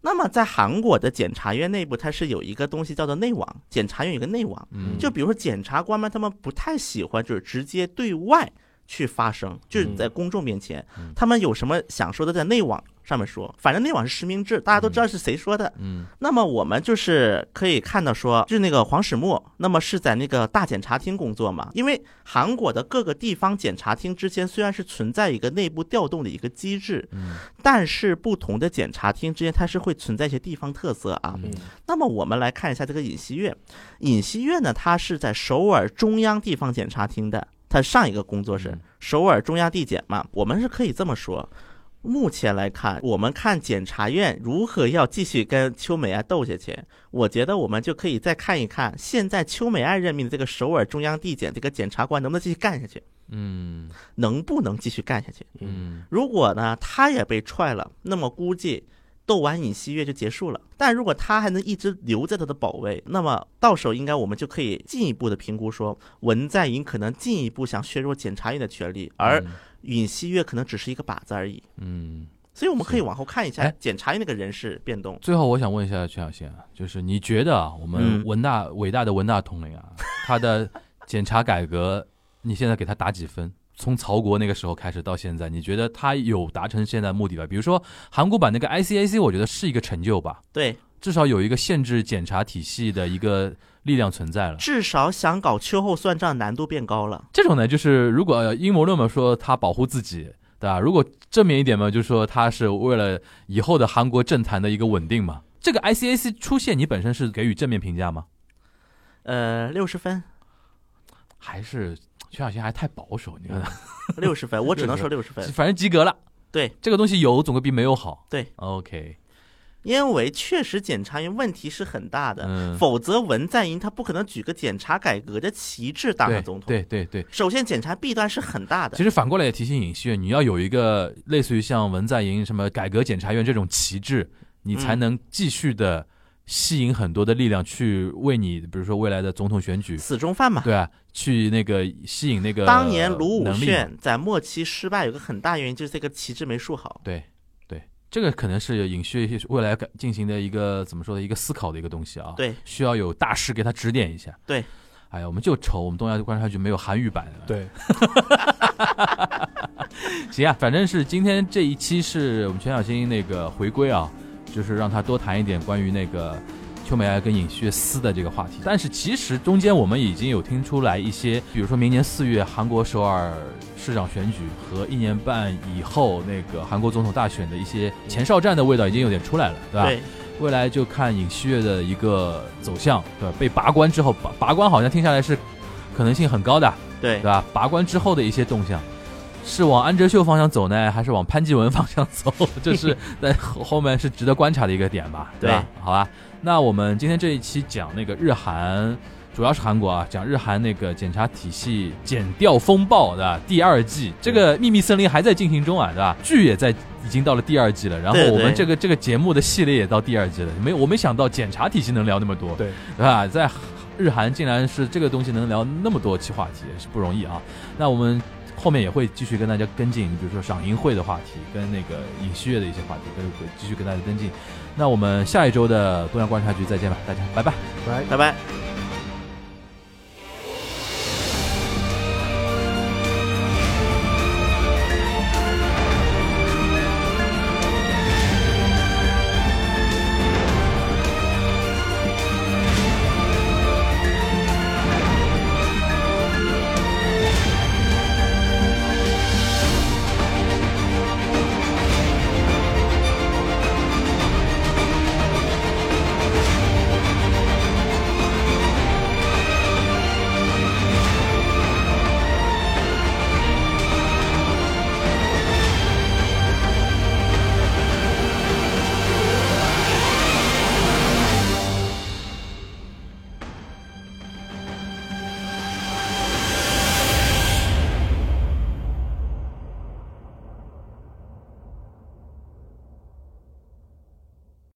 Speaker 3: 那么在韩国的检察院内部，它是有一个东西叫做内网，检察院有一个内网，
Speaker 2: 嗯
Speaker 3: 就比如说检察官们，他们不太喜欢就是直接对外去发声，就是在公众面前，他们有什么想说的在内网上面说，反正内网是实名制，大家都知道是谁说的。
Speaker 2: 嗯
Speaker 3: 那么我们就是可以看到说，就是那个黄始墨，那么是在那个大检察厅工作嘛，因为韩国的各个地方检察厅之间虽然是存在一个内部调动的一个机制，
Speaker 2: 嗯
Speaker 3: 但是不同的检察厅之间它是会存在一些地方特色啊。
Speaker 2: 嗯
Speaker 3: 那么我们来看一下这个尹锡悦，尹锡悦呢，他是在首尔中央地方检察厅的，他上一个工作是
Speaker 2: 嗯
Speaker 3: 首尔中央地检嘛，我们是可以这么说。目前来看，我们看检察院如何要继续跟秋美爱斗下去，我觉得我们就可以再看一看，现在秋美爱任命的这个首尔中央地检这个检察官能不能继续干下去，
Speaker 2: 嗯
Speaker 3: 能不能继续干下去？
Speaker 2: 嗯
Speaker 3: 如果呢，他也被踹了，那么估计斗完尹锡悦就结束了。但如果他还能一直留在他的宝位，那么到时候应该我们就可以进一步的评估说，文在寅可能进一步想削弱检察院的权利，而尹锡悦可能只是一个靶子而已。
Speaker 2: 嗯。
Speaker 3: 所以我们可以往后看一下
Speaker 2: 哎
Speaker 3: 检察院那个人事变动。
Speaker 2: 最后，我想问一下全小新啊，就是你觉得啊，我们
Speaker 3: 嗯
Speaker 2: 文大、伟大的文大统领啊，他的检察改革，你现在给他打几分？从曹国那个时候开始到现在，你觉得他有达成现在目的吧？比如说韩国版那个 ICAC，我觉得是一个成就吧，
Speaker 3: 对，
Speaker 2: 至少有一个限制检察体系的一个力量存在了。
Speaker 3: 至少想搞秋后算账难度变高了。
Speaker 2: 这种呢，就是如果呃阴谋论嘛，说他保护自己，对吧？如果正面一点嘛，就是说他是为了以后的韩国政坛的一个稳定嘛。这个 ICAC 出现，你本身是给予正面评价吗？
Speaker 3: 呃，六十分，
Speaker 2: 还是徐小新还太保守？你看，
Speaker 3: 嗯六十分，我只能说六
Speaker 2: <laughs>
Speaker 3: 十分。
Speaker 2: 反正及格了。
Speaker 3: 对，
Speaker 2: 这个东西有总归比没有好。
Speaker 3: 对
Speaker 2: ，OK，
Speaker 3: 因为确实检察院问题是很大的，
Speaker 2: 嗯，
Speaker 3: 否则文在寅他不可能举个检察改革的旗帜当上总统。
Speaker 2: 对对对对。
Speaker 3: 首先检察弊端是很大的
Speaker 2: 其。实反过来也提醒尹锡悦，你要有一个类似于像文在寅什么改革检察院这种旗帜，你才
Speaker 3: 嗯
Speaker 2: 能继续的吸引很多的力量去为你，比如说未来的总统选 <laughs> 举，
Speaker 3: 死忠犯嘛，
Speaker 2: 对啊，去那个吸引那个
Speaker 3: 当年卢武
Speaker 2: 能力嘛，
Speaker 3: 铉在末期失败有个很大原因就是这个旗帜没树好。
Speaker 2: 对对，这个可能是尹锡悦未来进行的一个怎么说的一个思考的一个东西啊，，
Speaker 3: 对，
Speaker 2: 需要有大师给他指点一下，
Speaker 3: 对。
Speaker 2: 哎呀，我们就愁我们东亚观察局没有韩语版啊的。
Speaker 1: 对，
Speaker 2: 行啊，反正是今天这一期是我们全小新那个回归啊，就是让他多谈一点关于那个秋美爱跟尹旭撕的这个话题。但是其实中间我们已经有听出来一些，比如说明年四月韩国首尔市长选举和一年半以后那个韩国总统大选的一些前哨战的味道已经有点出来了，对吧？
Speaker 3: 对，
Speaker 2: 未来就看尹锡悦的一个走向，对吧？被拔关之后，拔拔关好像听下来是可能性很高的，
Speaker 3: 对
Speaker 2: 对，吧？拔关之后的一些动向，是往安哲秀方向走呢，还是往潘基文方向走？ <laughs> 这是在后后面是值得观察的一个点吧，吧？好吧，那我们今天这一期讲那个日韩主要是韩国啊，讲日韩那个检察体系减掉风暴的第二季，这
Speaker 3: 嗯
Speaker 2: 个秘密森林还在进行中啊，对吧？剧也在已经到了第二季了，然后
Speaker 3: 对
Speaker 2: 我们
Speaker 3: 对
Speaker 2: 这个这个节目的系列也到第二季了，没有我没想到检察体系能聊那么多，
Speaker 1: 对
Speaker 2: 对吧？在日韩竟然是这个东西能聊那么多期话题，也是不容易啊。那我们后面也会继续跟大家跟进，比如说赏樱会的话题，跟那个影视乐的一些话题，跟继续跟大家跟进。那我们下一周的东阳观察局再见吧，大家拜拜。
Speaker 1: 来。
Speaker 3: 拜拜。